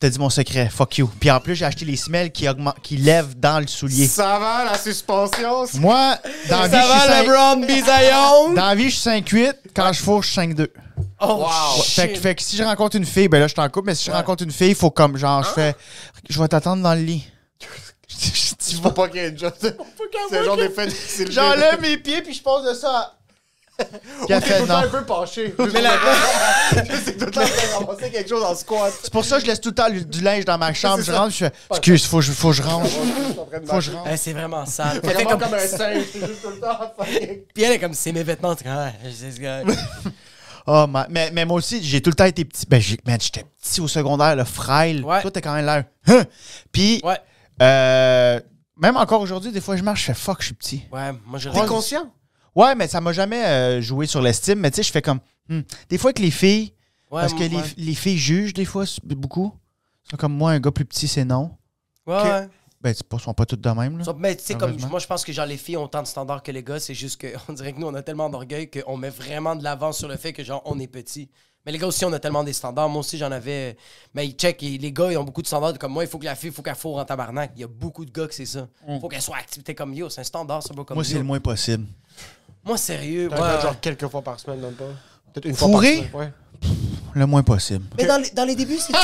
[SPEAKER 4] t'as dit mon secret, fuck you. Puis en plus, j'ai acheté les semelles qui, augmentent, qui lèvent dans le soulier.
[SPEAKER 5] Ça va, la suspension? c'est-
[SPEAKER 4] Moi, dans la vie, je suis cinq-
[SPEAKER 2] LeBron [LAUGHS] Bisayon?
[SPEAKER 4] dans la vie, je suis 5'8", quand je fourre, je suis 5'2".
[SPEAKER 2] Oh,
[SPEAKER 4] Ouais,
[SPEAKER 2] shit.
[SPEAKER 4] Fait, que- fait que si je rencontre une fille, ben là, je t'en coupe, mais si je rencontre une fille, il faut comme, genre, je fais, je vais t'attendre dans le [LAUGHS] lit.
[SPEAKER 5] Il
[SPEAKER 4] [LAUGHS]
[SPEAKER 5] faut pas qu'il y ait une chose. C'est le genre d'effet. c'est le-
[SPEAKER 4] J'enlève mes pieds, puis je pose de [LAUGHS] ça. à- Puis
[SPEAKER 5] Ou
[SPEAKER 4] elle
[SPEAKER 5] t'es
[SPEAKER 4] fait
[SPEAKER 5] tout le temps
[SPEAKER 4] non.
[SPEAKER 5] un peu
[SPEAKER 4] [LAUGHS]
[SPEAKER 5] penché.
[SPEAKER 2] Mais la-
[SPEAKER 5] C'est tout le temps en train de ramasser quelque chose en squat.
[SPEAKER 4] C'est pour ça que je laisse tout le temps du- du linge dans ma chambre.
[SPEAKER 5] C'est
[SPEAKER 4] Je
[SPEAKER 5] ça.
[SPEAKER 4] rentre, je fais, excuse, faut que je- faut que je range. Faut que je
[SPEAKER 5] Faut
[SPEAKER 4] range.
[SPEAKER 2] Eh, c'est vraiment sale. Fait
[SPEAKER 5] vraiment
[SPEAKER 2] comme- [LAUGHS]
[SPEAKER 5] comme un singe, c'est juste tout le temps en fucking-
[SPEAKER 2] Puis elle est comme, c'est mes vêtements. T'es comme, ah, c'est ce gars.
[SPEAKER 4] Ah, ma- mais, mais moi aussi, j'ai tout le temps été petit. Ben, j'ai- man, j'étais petit au secondaire, le frail.
[SPEAKER 2] Ouais.
[SPEAKER 4] Toi, t'as quand même l'air. Hein? Puis,
[SPEAKER 2] Ouais.
[SPEAKER 4] euh, même encore aujourd'hui, des fois, je marche, je fais fuck, je suis petit.
[SPEAKER 2] Ouais, moi, je
[SPEAKER 5] T'es
[SPEAKER 2] reste.
[SPEAKER 5] conscient?
[SPEAKER 4] Ouais, mais ça m'a jamais euh, joué sur l'estime. Mais tu sais, je fais comme. hmm. Des fois, que les filles.
[SPEAKER 2] Ouais,
[SPEAKER 4] parce que
[SPEAKER 2] ouais.
[SPEAKER 4] les, les filles jugent, des fois, c'est beaucoup. C'est comme moi, un gars plus petit, c'est non.
[SPEAKER 2] Ouais, ouais.
[SPEAKER 4] Ben, c'est pas, sont pas toutes de même, là.
[SPEAKER 2] Ça- Mais tu sais, comme
[SPEAKER 4] Mm. Heureusement.
[SPEAKER 2] moi, je pense que genre les filles ont tant de standards que les gars, c'est juste qu'on dirait que [LAUGHS] nous, on a tellement d'orgueil qu'on met vraiment de l'avance sur le fait que genre on est petit. Mais les gars aussi, on a tellement des standards. Moi aussi, j'en avais. Mais ils check, et les gars, ils ont beaucoup de standards. Comme moi, il faut que la fille, il faut qu'elle fourre en tabarnak. Il y a beaucoup de gars que c'est ça. Il faut qu'elle soit active. T'es comme yo, c'est un standard, ça, bro, comme
[SPEAKER 4] Mm. Moi,
[SPEAKER 2] yo.
[SPEAKER 4] c'est le moins possible.
[SPEAKER 2] Moi, sérieux. ouais.
[SPEAKER 5] Ouais, Genre quelques fois par semaine, même pas. Peut-être une
[SPEAKER 4] Fourré?
[SPEAKER 5] fois par semaine. ouais.
[SPEAKER 4] Le moins possible.
[SPEAKER 2] Mais dans les, dans les débuts, c'est.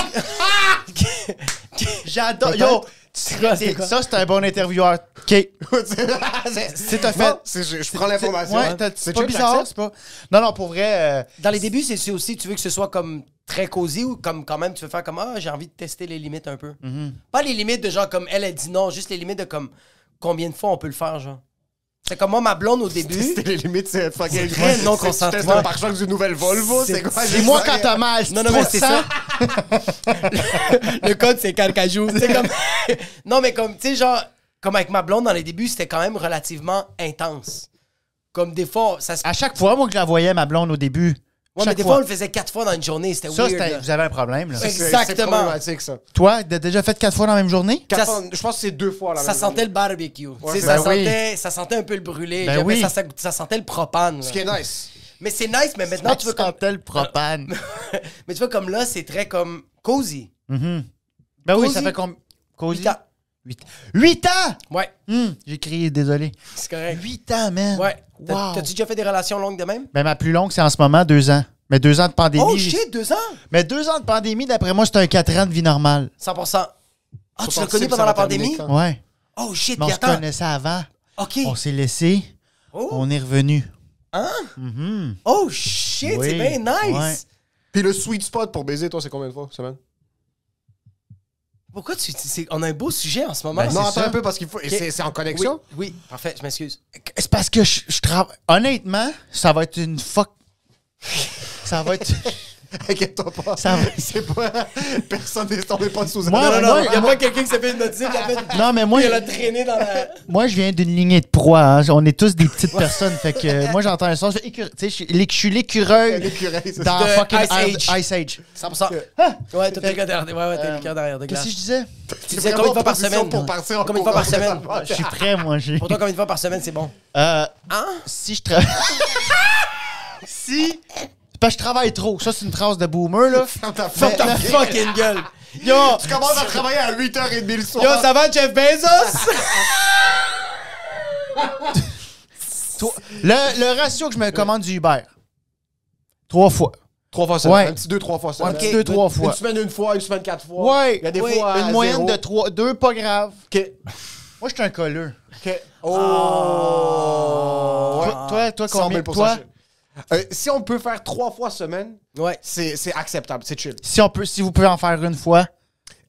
[SPEAKER 4] J'adore.
[SPEAKER 2] Yo,
[SPEAKER 4] c'est- ça, c'est un bon intervieweur. OK. C'est un fait.
[SPEAKER 5] Non, c'est- je, je prends l'information.
[SPEAKER 4] Ouais, t'as- c'est pas bizarre, c'est pas. Non, non, pour vrai. euh,
[SPEAKER 2] Dans les débuts, c'est c'est aussi, tu veux que ce soit comme très cosy ou comme quand même, tu veux faire comme, ah, j'ai envie de tester les limites un peu. Pas les limites de genre comme elle, elle dit non, juste les limites de comme combien de fois on peut le faire, genre. C'est comme moi, ma blonde au début.
[SPEAKER 5] C'était les limites, c'est fucking.
[SPEAKER 2] vrai, non
[SPEAKER 5] [LAUGHS] C'est- tu testes
[SPEAKER 2] consentement.
[SPEAKER 5] le pare-choc d'une nouvelle Volvo, c'est quoi?
[SPEAKER 4] C'est moi quand t'as mal.
[SPEAKER 2] Non, non, mais c'est ça. le code, c'est
[SPEAKER 5] [LAUGHS]
[SPEAKER 2] carcajou. C'est comme. [LAUGHS] non, mais comme, tu sais, genre, comme avec ma blonde dans les débuts, c'était quand même relativement intense. Comme des fois, ça se.
[SPEAKER 4] À chaque fois, moi, que je la voyais, ma blonde, au début,
[SPEAKER 2] Ouais, mais
[SPEAKER 4] Chaque
[SPEAKER 2] des
[SPEAKER 4] fois.
[SPEAKER 2] fois, on le faisait quatre fois dans une journée. C'était
[SPEAKER 4] Ça,
[SPEAKER 2] weird.
[SPEAKER 4] c'était-
[SPEAKER 2] là.
[SPEAKER 4] vous avez un problème. Là.
[SPEAKER 2] Ouais.
[SPEAKER 5] C'est- C'est
[SPEAKER 2] Exactement.
[SPEAKER 5] problématique, ça.
[SPEAKER 4] Toi, t'as déjà fait quatre fois dans la même journée?
[SPEAKER 5] Quatre
[SPEAKER 2] Ça-
[SPEAKER 5] fois- je pense que c'est deux fois. la
[SPEAKER 2] Ça
[SPEAKER 5] même
[SPEAKER 2] sentait
[SPEAKER 5] journée.
[SPEAKER 2] le barbecue. Tu sais,
[SPEAKER 4] Ben
[SPEAKER 2] ça,
[SPEAKER 4] oui.
[SPEAKER 2] sentait, ça sentait un peu le brûlé.
[SPEAKER 4] Ben
[SPEAKER 2] J'avais-
[SPEAKER 4] oui.
[SPEAKER 2] ça, ça- ça sentait le propane. là.
[SPEAKER 5] Ce qui est nice.
[SPEAKER 2] Mais c'est nice, mais maintenant, tu veux comme...
[SPEAKER 4] Ben, le propane?
[SPEAKER 2] mais tu vois, comme là, c'est très comme cozy.
[SPEAKER 4] Ben oui,
[SPEAKER 2] Cozy.
[SPEAKER 4] ça fait combien? Cozy?
[SPEAKER 2] Huit ans.
[SPEAKER 4] 8 ans. 8 ans!
[SPEAKER 2] Ouais,
[SPEAKER 4] Hum, J'ai crié, désolé.
[SPEAKER 2] c'est correct.
[SPEAKER 4] 8 ans, man!
[SPEAKER 2] Ouais. T'as-
[SPEAKER 4] Wow.
[SPEAKER 2] T'as-tu déjà fait des relations longues de même?
[SPEAKER 4] Ben, ma plus longue, c'est en ce moment, deux ans. Mais deux ans de pandémie.
[SPEAKER 2] Oh
[SPEAKER 4] j'ai-
[SPEAKER 2] shit, deux ans!
[SPEAKER 4] Mais deux ans de pandémie, d'après moi, c'est un quatre ans de vie normale.
[SPEAKER 2] 100%. Ah, tu l'as
[SPEAKER 5] participe,
[SPEAKER 2] connu
[SPEAKER 5] ça
[SPEAKER 2] pendant
[SPEAKER 5] va
[SPEAKER 2] la pandémie?
[SPEAKER 5] terminer quand?
[SPEAKER 4] Ouais.
[SPEAKER 2] Oh shit,
[SPEAKER 4] Mais on
[SPEAKER 2] puis
[SPEAKER 4] se
[SPEAKER 2] attends.
[SPEAKER 4] connaissait avant.
[SPEAKER 2] OK.
[SPEAKER 4] On s'est laissé.
[SPEAKER 2] Oh.
[SPEAKER 4] On est revenu. Mm-hmm.
[SPEAKER 2] Oh shit,
[SPEAKER 4] Oui.
[SPEAKER 2] c'est bien nice!
[SPEAKER 4] Ouais.
[SPEAKER 5] Puis le sweet spot pour baiser, toi, c'est combien de fois, semaine?
[SPEAKER 2] Pourquoi tu. tu- c'est- on a un beau sujet en ce moment.
[SPEAKER 4] Ben,
[SPEAKER 5] Non,
[SPEAKER 4] C'est
[SPEAKER 5] attends
[SPEAKER 4] ça.
[SPEAKER 5] un peu parce qu'il faut. et C'est c'est en
[SPEAKER 2] oui,
[SPEAKER 5] connexion?
[SPEAKER 2] oui, parfait, je m'excuse.
[SPEAKER 4] C'est parce que je, je travaille. Honnêtement, ça va être une fuck. ça va être.
[SPEAKER 5] [LAUGHS] Inquiète-toi pas.
[SPEAKER 4] Ça va-
[SPEAKER 5] [LAUGHS] C'est pas. Personne n'est tombé pas sous
[SPEAKER 4] Moi,
[SPEAKER 2] Non, non,
[SPEAKER 4] moi,
[SPEAKER 2] non, il y a pas quelqu'un qui s'est fait hypnotiser, qui a fait-
[SPEAKER 4] Non, mais moi,
[SPEAKER 2] il a traîné dans la.
[SPEAKER 4] moi, je viens d'une lignée de proies. hein. On est tous des petites personnes. Fait que euh, moi, j'entends un sens. Je suis écure- tu sais, je suis l'éc- je suis l'écureuil
[SPEAKER 5] L'écureuil, c'est
[SPEAKER 4] dans
[SPEAKER 2] De
[SPEAKER 4] fucking
[SPEAKER 2] Ice
[SPEAKER 4] Iron-
[SPEAKER 2] Age.
[SPEAKER 4] Ice Age.
[SPEAKER 2] 100%. Ouais, t'as le cœur derrière. Ouais,
[SPEAKER 5] Euh,
[SPEAKER 2] ouais, t'as le cœur derrière. de
[SPEAKER 4] Qu'est-ce
[SPEAKER 2] glace.
[SPEAKER 4] que je disais?
[SPEAKER 2] Tu disais combien de fois par semaine?
[SPEAKER 5] Pour partir en
[SPEAKER 2] Combien de fois par
[SPEAKER 5] courant, [LAUGHS]
[SPEAKER 2] semaine?
[SPEAKER 5] ça va.
[SPEAKER 4] Je suis prêt, moi. j'ai-
[SPEAKER 2] Pour toi, combien de fois par semaine, c'est
[SPEAKER 5] [LAUGHS]
[SPEAKER 2] bon?
[SPEAKER 4] Euh,
[SPEAKER 2] Hein?
[SPEAKER 4] si je travaille. [LAUGHS] si. C'est Parce que je travaille trop. Ça, c'est une trace de boomer, là.
[SPEAKER 5] Ferme ta
[SPEAKER 2] Ferme
[SPEAKER 5] ferme
[SPEAKER 2] ta
[SPEAKER 5] ta-
[SPEAKER 2] fucking
[SPEAKER 5] [LAUGHS]
[SPEAKER 2] gueule! Yo!
[SPEAKER 5] Tu commences à travailler à 8h30 le soir.
[SPEAKER 2] Yo, ça va, Jeff Bezos?
[SPEAKER 4] Toi- le, le ratio que je me commande du Uber. Trois fois.
[SPEAKER 5] Trois fois
[SPEAKER 4] semaine.
[SPEAKER 5] Un petit deux, trois fois semaine.
[SPEAKER 4] Un petit deux, trois fois.
[SPEAKER 5] Une semaine, une fois, une semaine, quatre fois.
[SPEAKER 4] Ouais.
[SPEAKER 5] Il y a des
[SPEAKER 4] Ouais.
[SPEAKER 5] fois. à
[SPEAKER 4] Une moyenne
[SPEAKER 5] zéro.
[SPEAKER 4] de trois. Deux, pas grave.
[SPEAKER 5] Ok.
[SPEAKER 4] Moi, je suis un colleux.
[SPEAKER 5] ok. Oh.
[SPEAKER 4] Ah. Toi, toi, toi,
[SPEAKER 5] 100
[SPEAKER 4] combien?
[SPEAKER 5] 000
[SPEAKER 4] Toi,
[SPEAKER 5] Euh, Si on peut faire trois fois semaine,
[SPEAKER 2] Ouais.
[SPEAKER 5] c'est c'est acceptable, c'est chill.
[SPEAKER 4] si on peut, si vous pouvez en faire une fois.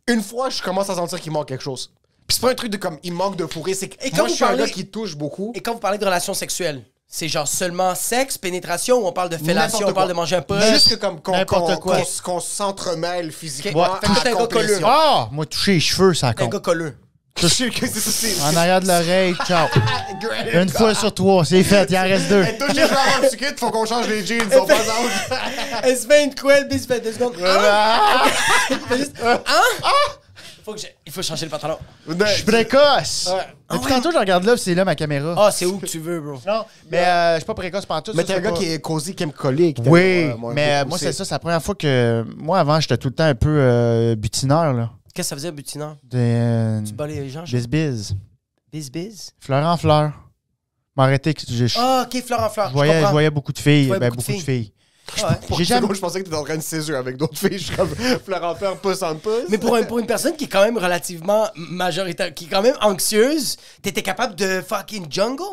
[SPEAKER 5] Une fois, je commence à sentir qu'il manque quelque chose. Puis c'est pas un truc de comme il manque de fourré, c'est que
[SPEAKER 2] Et quand
[SPEAKER 5] moi
[SPEAKER 2] vous
[SPEAKER 5] je suis un
[SPEAKER 2] parlez-
[SPEAKER 5] gars qui touche beaucoup.
[SPEAKER 2] Et quand vous parlez de relations sexuelles, c'est genre seulement sexe, pénétration, ou on parle de fellation,
[SPEAKER 5] N'importe
[SPEAKER 2] on parle
[SPEAKER 5] quoi.
[SPEAKER 2] de manger un peu?
[SPEAKER 5] Juste que comme qu'on
[SPEAKER 4] N'importe
[SPEAKER 5] qu'on-
[SPEAKER 4] quoi.
[SPEAKER 5] qu'on s- qu'on s'entremêle physiquement.
[SPEAKER 2] Ouais.
[SPEAKER 5] à
[SPEAKER 2] Fait que j'étais un gars
[SPEAKER 5] complétion.
[SPEAKER 4] Ah! Moi, toucher les cheveux, ça
[SPEAKER 2] un gars
[SPEAKER 4] compte.
[SPEAKER 2] colleux.
[SPEAKER 5] Je sais que c'est ça, c'est-
[SPEAKER 4] En arrière de l'oreille, ciao.
[SPEAKER 5] [LAUGHS] Great.
[SPEAKER 4] Une fois sur trois, c'est fait. Il en reste deux.
[SPEAKER 5] Hey, touche les gens avant le sucre, faut qu'on change les jeans, on passe à autre.
[SPEAKER 2] Elle se fait une couelle, puis elle se fait deux secondes.
[SPEAKER 5] [LAUGHS]
[SPEAKER 4] Ah!
[SPEAKER 2] Fais juste, Hein?
[SPEAKER 5] Ah!
[SPEAKER 2] Faut que j'ai- Il faut changer le pantalon.
[SPEAKER 4] Je suis précoce.
[SPEAKER 5] Ouais.
[SPEAKER 4] Mais puis tantôt, je regarde là, puis c'est là ma caméra.
[SPEAKER 2] Ah, c'est où que tu veux, bro.
[SPEAKER 4] Non, mais euh, je suis pas précoce pantoute.
[SPEAKER 5] Mais
[SPEAKER 4] ça,
[SPEAKER 5] t'es un
[SPEAKER 4] c'est
[SPEAKER 5] gars
[SPEAKER 4] pas-
[SPEAKER 5] qui est cosy, qui aime coller. qui t'aime-
[SPEAKER 4] Oui,
[SPEAKER 5] Ouais, un
[SPEAKER 4] mais
[SPEAKER 5] peu
[SPEAKER 4] euh, moi,
[SPEAKER 5] poussé.
[SPEAKER 4] c'est ça, c'est la première fois que. Moi, avant, j'étais tout le temps un peu euh, butineur, là.
[SPEAKER 2] Qu'est-ce que ça faisait, butinant?
[SPEAKER 4] Des. euh,
[SPEAKER 5] Mm.
[SPEAKER 2] Tu bats les gens?
[SPEAKER 4] Bisbise.
[SPEAKER 2] Biz, biz?
[SPEAKER 4] Fleur en fleur. M'arrêter que j'ai- je,
[SPEAKER 2] Ah, ok, fleur en fleur.
[SPEAKER 4] je voyais,
[SPEAKER 2] je
[SPEAKER 4] je
[SPEAKER 2] comprends.
[SPEAKER 4] voyais beaucoup de filles.
[SPEAKER 2] voyais
[SPEAKER 4] ben,
[SPEAKER 2] beaucoup de
[SPEAKER 4] beaucoup de filles.
[SPEAKER 2] Ah ouais.
[SPEAKER 5] Pour
[SPEAKER 4] J'ai
[SPEAKER 5] une seconde,
[SPEAKER 4] jamais-
[SPEAKER 5] [LAUGHS] Je pensais que t'étais en train de césurer avec d'autres filles. Je suis comme [LAUGHS] fleur en fleur, pouce en pouce.
[SPEAKER 2] Mais pour, un- pour une personne qui est quand même relativement majoritaire, qui est quand même anxieuse, t'étais capable de fucking jungle?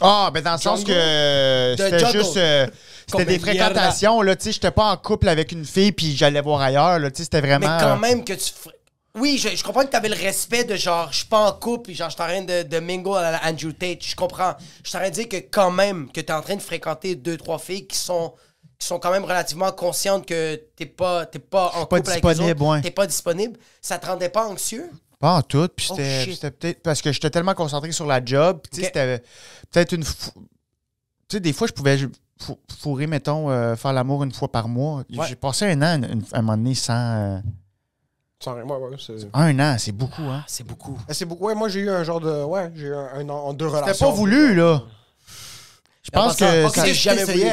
[SPEAKER 4] Ah, ben, dans le sens
[SPEAKER 2] Jungle?
[SPEAKER 4] que. euh,
[SPEAKER 2] De
[SPEAKER 4] C'était
[SPEAKER 2] jungle.
[SPEAKER 4] juste. euh, c'était
[SPEAKER 2] Comme
[SPEAKER 4] des
[SPEAKER 2] une merde.
[SPEAKER 4] fréquentations, là. Tu sais, j'étais pas en couple avec une fille, puis j'allais voir ailleurs, là. Tu sais, c'était
[SPEAKER 2] Mais
[SPEAKER 4] vraiment.
[SPEAKER 2] quand
[SPEAKER 4] euh,
[SPEAKER 2] même que tu. fr- Oui, je, je comprends que t'avais le respect de genre, je suis pas en couple, puis genre, je suis en train de, de mingle à la Andrew Tate. Je comprends. Je suis en train de dire que quand même, que t'es en train de fréquenter deux, trois filles qui sont qui sont quand même relativement conscientes que t'es pas, t'es pas en
[SPEAKER 4] pas
[SPEAKER 2] couple avec
[SPEAKER 4] disponible,
[SPEAKER 2] les autres,
[SPEAKER 4] ouais.
[SPEAKER 2] t'es pas disponible, ça te rendait pas anxieux?
[SPEAKER 4] Pas en tout, puis
[SPEAKER 2] Oh,
[SPEAKER 4] c'était
[SPEAKER 2] shit.
[SPEAKER 4] c'était peut-être parce que j'étais tellement concentré sur la job, puis tu sais,
[SPEAKER 2] Ok.
[SPEAKER 4] c'était peut-être une fou- tu sais des fois je pouvais ju- fou- fourrer mettons euh, faire l'amour une fois par mois.
[SPEAKER 2] Ouais.
[SPEAKER 4] J'ai passé un an une- une- à un moment donné sans euh,
[SPEAKER 5] Sorry, ouais, ouais, c'est-
[SPEAKER 4] un an, c'est beaucoup hein.
[SPEAKER 2] Ah, c'est beaucoup.
[SPEAKER 5] Ah, c'est beaucoup. Ouais, moi j'ai eu un genre de. Ouais, j'ai eu un, un an en deux relations.
[SPEAKER 4] C'était pas voulu là. Je
[SPEAKER 2] Mais en
[SPEAKER 4] pense
[SPEAKER 2] passant,
[SPEAKER 4] que
[SPEAKER 2] pas
[SPEAKER 4] ça-
[SPEAKER 2] que
[SPEAKER 5] J'ai jamais voulu.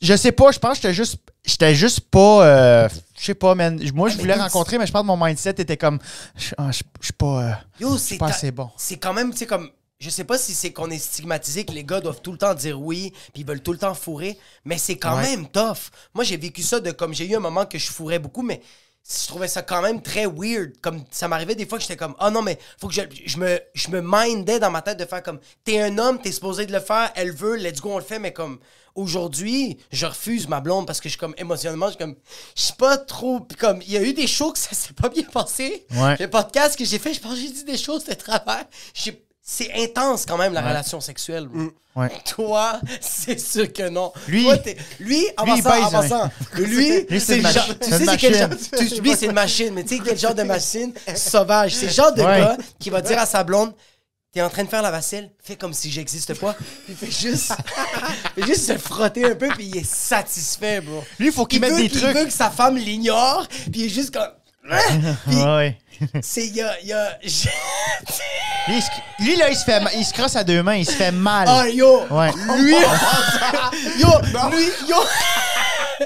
[SPEAKER 4] je sais pas, je pense que j'étais juste j'étais juste pas euh, je sais pas man, moi je
[SPEAKER 2] mais
[SPEAKER 4] voulais
[SPEAKER 2] dude,
[SPEAKER 4] rencontrer mais je pense que mon mindset était comme je ah, je- je suis pas euh,
[SPEAKER 2] Yo,
[SPEAKER 4] je suis
[SPEAKER 2] c'est
[SPEAKER 4] pas
[SPEAKER 2] ta-
[SPEAKER 4] assez bon.
[SPEAKER 2] C'est quand même, tu sais, comme. Je sais pas si c'est qu'on est stigmatisé que les gars doivent tout le temps dire oui, puis ils veulent tout le temps fourrer, mais c'est quand
[SPEAKER 4] Ouais.
[SPEAKER 2] même tough. Moi, j'ai vécu ça de comme j'ai eu un moment que je fourrais beaucoup, mais je trouvais ça quand même très weird. Comme ça m'arrivait des fois que j'étais comme ah non mais faut que je, je me je me mindais dans ma tête de faire comme t'es un homme, t'es supposé de le faire, elle veut, let's go on le fait, mais comme aujourd'hui je refuse ma blonde parce que je suis comme émotionnellement je suis comme je suis pas trop puis comme il y a eu des shows que ça s'est pas bien passé.
[SPEAKER 4] Ouais.
[SPEAKER 2] Le podcast que j'ai fait, je pense que j'ai dit des choses de travers. J'ai- C'est intense quand même la relation sexuelle. bro.
[SPEAKER 4] Ouais.
[SPEAKER 2] Toi, c'est sûr que non.
[SPEAKER 4] Mm. Lui-
[SPEAKER 2] Toi, t'es- lui, en
[SPEAKER 4] lui, il
[SPEAKER 2] passant, en
[SPEAKER 4] baise, hein.
[SPEAKER 2] passant, lui,
[SPEAKER 4] [LAUGHS] Lui, c'est
[SPEAKER 2] c'est
[SPEAKER 4] une
[SPEAKER 2] le genre,
[SPEAKER 4] machine.
[SPEAKER 2] tu
[SPEAKER 4] C'est
[SPEAKER 2] sais,
[SPEAKER 4] une
[SPEAKER 2] c'est quel genre,
[SPEAKER 4] machine.
[SPEAKER 2] tu- lui, c'est une machine, mais tu sais, quel genre de machine sauvage. C'est le genre de
[SPEAKER 4] Ouais.
[SPEAKER 2] gars qui va dire à sa blonde, T'es en train de faire la vaisselle, fais comme si j'existe pas. Puis fais juste, [LAUGHS] fais juste se frotter un peu, puis il est satisfait, bro.
[SPEAKER 4] Lui, il faut qu'il mette
[SPEAKER 2] veut-
[SPEAKER 4] des trucs.
[SPEAKER 2] Il veut que sa femme l'ignore, puis il est juste
[SPEAKER 4] [LAUGHS]
[SPEAKER 2] comme. Puis
[SPEAKER 4] Ouais.
[SPEAKER 2] c'est. Il y a. il Y a...
[SPEAKER 4] Lui, il se- lui, là, il se fait ma- il se crosse à deux mains, il se fait mal.
[SPEAKER 2] Ah, yo!
[SPEAKER 4] Ouais.
[SPEAKER 2] Lui! [LAUGHS] yo! Lui! Yo!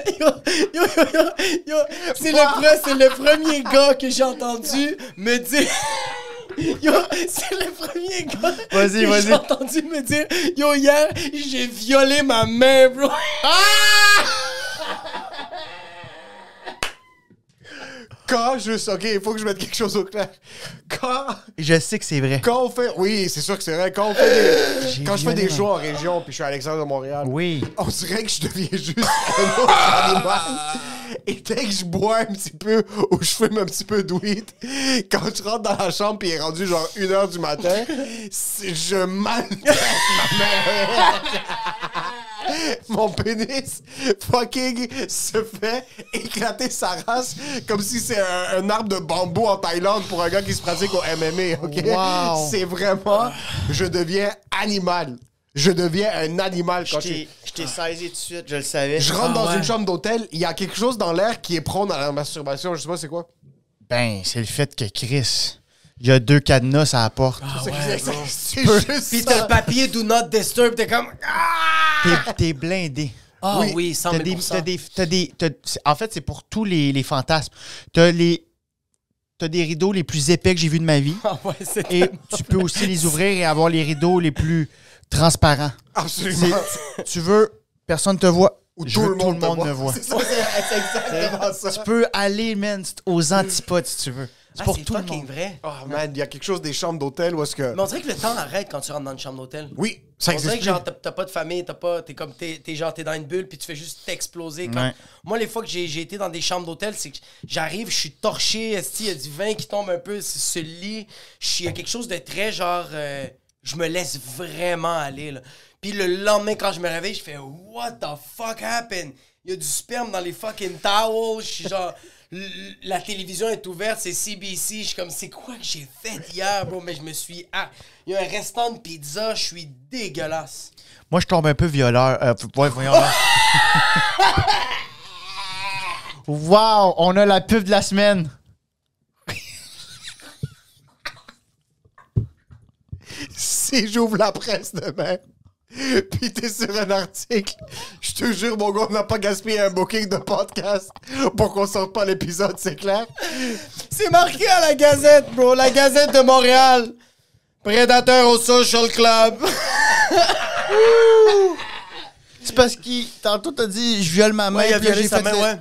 [SPEAKER 2] [LAUGHS] Yo, yo, yo, yo, yo. c'est le, pre- c'est le premier gars que j'ai entendu me dire. [LAUGHS] Yo, c'est le premier gars
[SPEAKER 4] Vas-y,
[SPEAKER 2] que
[SPEAKER 4] vas-y.
[SPEAKER 2] j'ai entendu me dire. Yo, hier, j'ai violé ma main, bro.
[SPEAKER 5] Quand juste, ok, il faut que je mette quelque chose au clair. Quand,
[SPEAKER 4] Je sais que c'est vrai.
[SPEAKER 5] quand on fait. Oui, c'est sûr que c'est vrai. Quand, on fait des-
[SPEAKER 4] J'ai
[SPEAKER 5] quand je fais des
[SPEAKER 4] violé ma-
[SPEAKER 5] shows en région, puis je suis à Alexandre de Montréal.
[SPEAKER 4] Oui.
[SPEAKER 5] On dirait que je deviens juste un autre animal. Et dès que je bois un petit peu ou je fume un petit peu de weed, quand je rentre dans la chambre et il est rendu genre 1h du matin, c'est- je maltraite ma mère. Mon pénis fucking se fait éclater sa race comme si c'est un, un arbre de bambou en Thaïlande pour un gars qui se pratique au MMA, ok?
[SPEAKER 4] Wow.
[SPEAKER 5] C'est vraiment... Je deviens animal. Je deviens un animal quand je suis-
[SPEAKER 4] je t'ai saisi tout de suite, je le savais.
[SPEAKER 5] je rentre
[SPEAKER 2] Ah
[SPEAKER 5] dans
[SPEAKER 2] ouais.
[SPEAKER 5] une chambre d'hôtel, il y a quelque chose dans l'air qui est prône à la masturbation, je sais pas
[SPEAKER 2] [LAUGHS]
[SPEAKER 5] c'est quoi.
[SPEAKER 4] Ben, c'est le fait que Chris, il y a deux cadenas à la porte.
[SPEAKER 2] Ah,
[SPEAKER 5] C'est- c'est c'est juste
[SPEAKER 2] Pis t'as le
[SPEAKER 5] ça.
[SPEAKER 2] papier Do Not Disturb, t'es comme.
[SPEAKER 4] T'es- T'es blindé.
[SPEAKER 2] Ah oui,
[SPEAKER 4] oui,
[SPEAKER 2] 100
[SPEAKER 4] T'as
[SPEAKER 2] 000
[SPEAKER 4] des, t'as des- t'as des- t'as- c'est- en fait, c'est pour tous les, les fantasmes. T'as les, t'as des rideaux les plus épais que j'ai vus de ma vie.
[SPEAKER 2] [LAUGHS] Ah ouais, c'est.
[SPEAKER 4] Et tu peux aussi les ouvrir et avoir les rideaux les plus transparents.
[SPEAKER 5] Absolument.
[SPEAKER 4] Tu veux, personne te voit.
[SPEAKER 5] Où
[SPEAKER 4] Je veux que tout le monde
[SPEAKER 5] te
[SPEAKER 4] me voit.
[SPEAKER 5] C'est ça, c'est c'est exactement
[SPEAKER 4] Tu
[SPEAKER 5] ça.
[SPEAKER 4] peux aller, man, c'est aux antipodes si tu veux. C'est
[SPEAKER 2] Ah,
[SPEAKER 4] pour
[SPEAKER 2] c'est
[SPEAKER 4] tout le
[SPEAKER 2] fucking
[SPEAKER 4] monde.
[SPEAKER 2] vrai.
[SPEAKER 5] Oh man, il y a quelque chose des chambres d'hôtel où est-ce que...
[SPEAKER 2] Mais on dirait que le temps arrête quand tu rentres dans une chambre d'hôtel.
[SPEAKER 5] Oui, ça
[SPEAKER 2] On dirait
[SPEAKER 5] existe
[SPEAKER 2] que
[SPEAKER 5] plus.
[SPEAKER 2] genre, t'as t'as pas de famille, t'as pas. T'es comme. T'es t'es genre, t'es dans une bulle, puis tu fais juste t'exploser. comme-
[SPEAKER 4] Ouais.
[SPEAKER 2] Moi, les fois que j'ai j'ai été dans des chambres d'hôtel, c'est que j'arrive, je suis torché, esti, il y a du vin qui tombe un peu sur sur le lit. Je- Il y a quelque chose de très genre. euh, je me laisse vraiment aller, là. Puis le lendemain, quand je me réveille, je fais What the fuck happened? Il y a du sperme dans les fucking towels. Je suis genre. l- La télévision est ouverte, c'est CBC. Je suis comme, c'est quoi que j'ai fait hier, bro? Mais je me suis. ah, Il y a un restant de pizza, je suis dégueulasse.
[SPEAKER 4] Moi, je tombe un peu violeur. Euh, ouais,
[SPEAKER 2] [LAUGHS]
[SPEAKER 4] voyons là. wow, on a la pub de la semaine.
[SPEAKER 5] Si j'ouvre la presse demain, [LAUGHS] puis t'es sur un article, je te jure, mon gars, on n'a pas gaspillé un booking de podcast pour qu'on sorte pas l'épisode, c'est clair?
[SPEAKER 2] C'est marqué à la Gazette, bro. La Gazette de Montréal. Prédateur au social club.
[SPEAKER 4] C'est parce que tantôt t'as dit je viole ma main.
[SPEAKER 2] Ouais, il a
[SPEAKER 4] puis là,
[SPEAKER 2] violé
[SPEAKER 4] j'ai
[SPEAKER 2] sa
[SPEAKER 4] fait
[SPEAKER 2] main,
[SPEAKER 4] le-
[SPEAKER 2] ouais.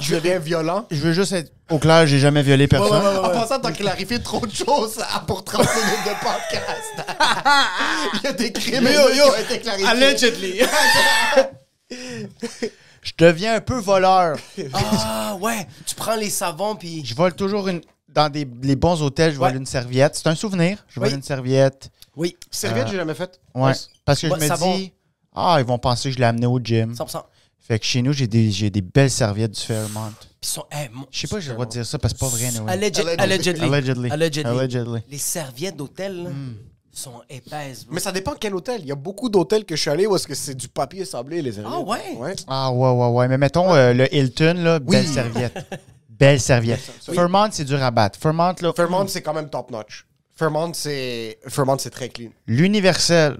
[SPEAKER 5] Je deviens violent.
[SPEAKER 4] Je veux juste être au clair, j'ai jamais violé personne.
[SPEAKER 5] En passant, t'as clarifié trop de choses là, pour 30 minutes de podcast. Il y a des crimes
[SPEAKER 2] Yo, yo,
[SPEAKER 5] qui ont été clarifiés.
[SPEAKER 2] allegedly.
[SPEAKER 4] Je deviens un peu voleur.
[SPEAKER 2] [LAUGHS] Ah ouais, tu prends les savons puis
[SPEAKER 4] Je vole toujours une dans des, les bons hôtels, je vole
[SPEAKER 2] Ouais.
[SPEAKER 4] une serviette. C'est un souvenir. Je vole
[SPEAKER 2] Oui.
[SPEAKER 4] une serviette.
[SPEAKER 2] oui,
[SPEAKER 5] Serviette, j'ai jamais faite.
[SPEAKER 4] Ouais. Parce que
[SPEAKER 2] Ouais,
[SPEAKER 4] je me
[SPEAKER 2] savon.
[SPEAKER 4] dis ah, ils vont penser que je l'ai amené au gym.
[SPEAKER 2] 100%.
[SPEAKER 4] Fait que chez nous, j'ai des, j'ai des belles serviettes du Fairmont.
[SPEAKER 2] Puis sont eh, mon-
[SPEAKER 4] Je sais pas, si j'ai le droit de dire ça parce que c'est pas vrai. anyway.
[SPEAKER 2] Alleged- allegedly.
[SPEAKER 5] Allegedly.
[SPEAKER 4] Allegedly.
[SPEAKER 2] Allegedly.
[SPEAKER 4] Allegedly.
[SPEAKER 2] Les serviettes d'hôtel là, sont épaisses. bro.
[SPEAKER 5] Mais ça dépend quel hôtel. Il y a beaucoup d'hôtels que je suis allé où est-ce que c'est du papier sablé, les serviettes.
[SPEAKER 2] Ah ouais?
[SPEAKER 4] Ah ouais, ouais, ouais. Mais mettons euh, le Hilton, là, belle serviette.
[SPEAKER 5] [LAUGHS]
[SPEAKER 4] belle serviette. Fairmont, c'est dur à battre. Fairmont, là,
[SPEAKER 5] Fairmont, c'est quand même top-notch. Fairmont, c'est... Fairmont, c'est très clean.
[SPEAKER 4] l'universel,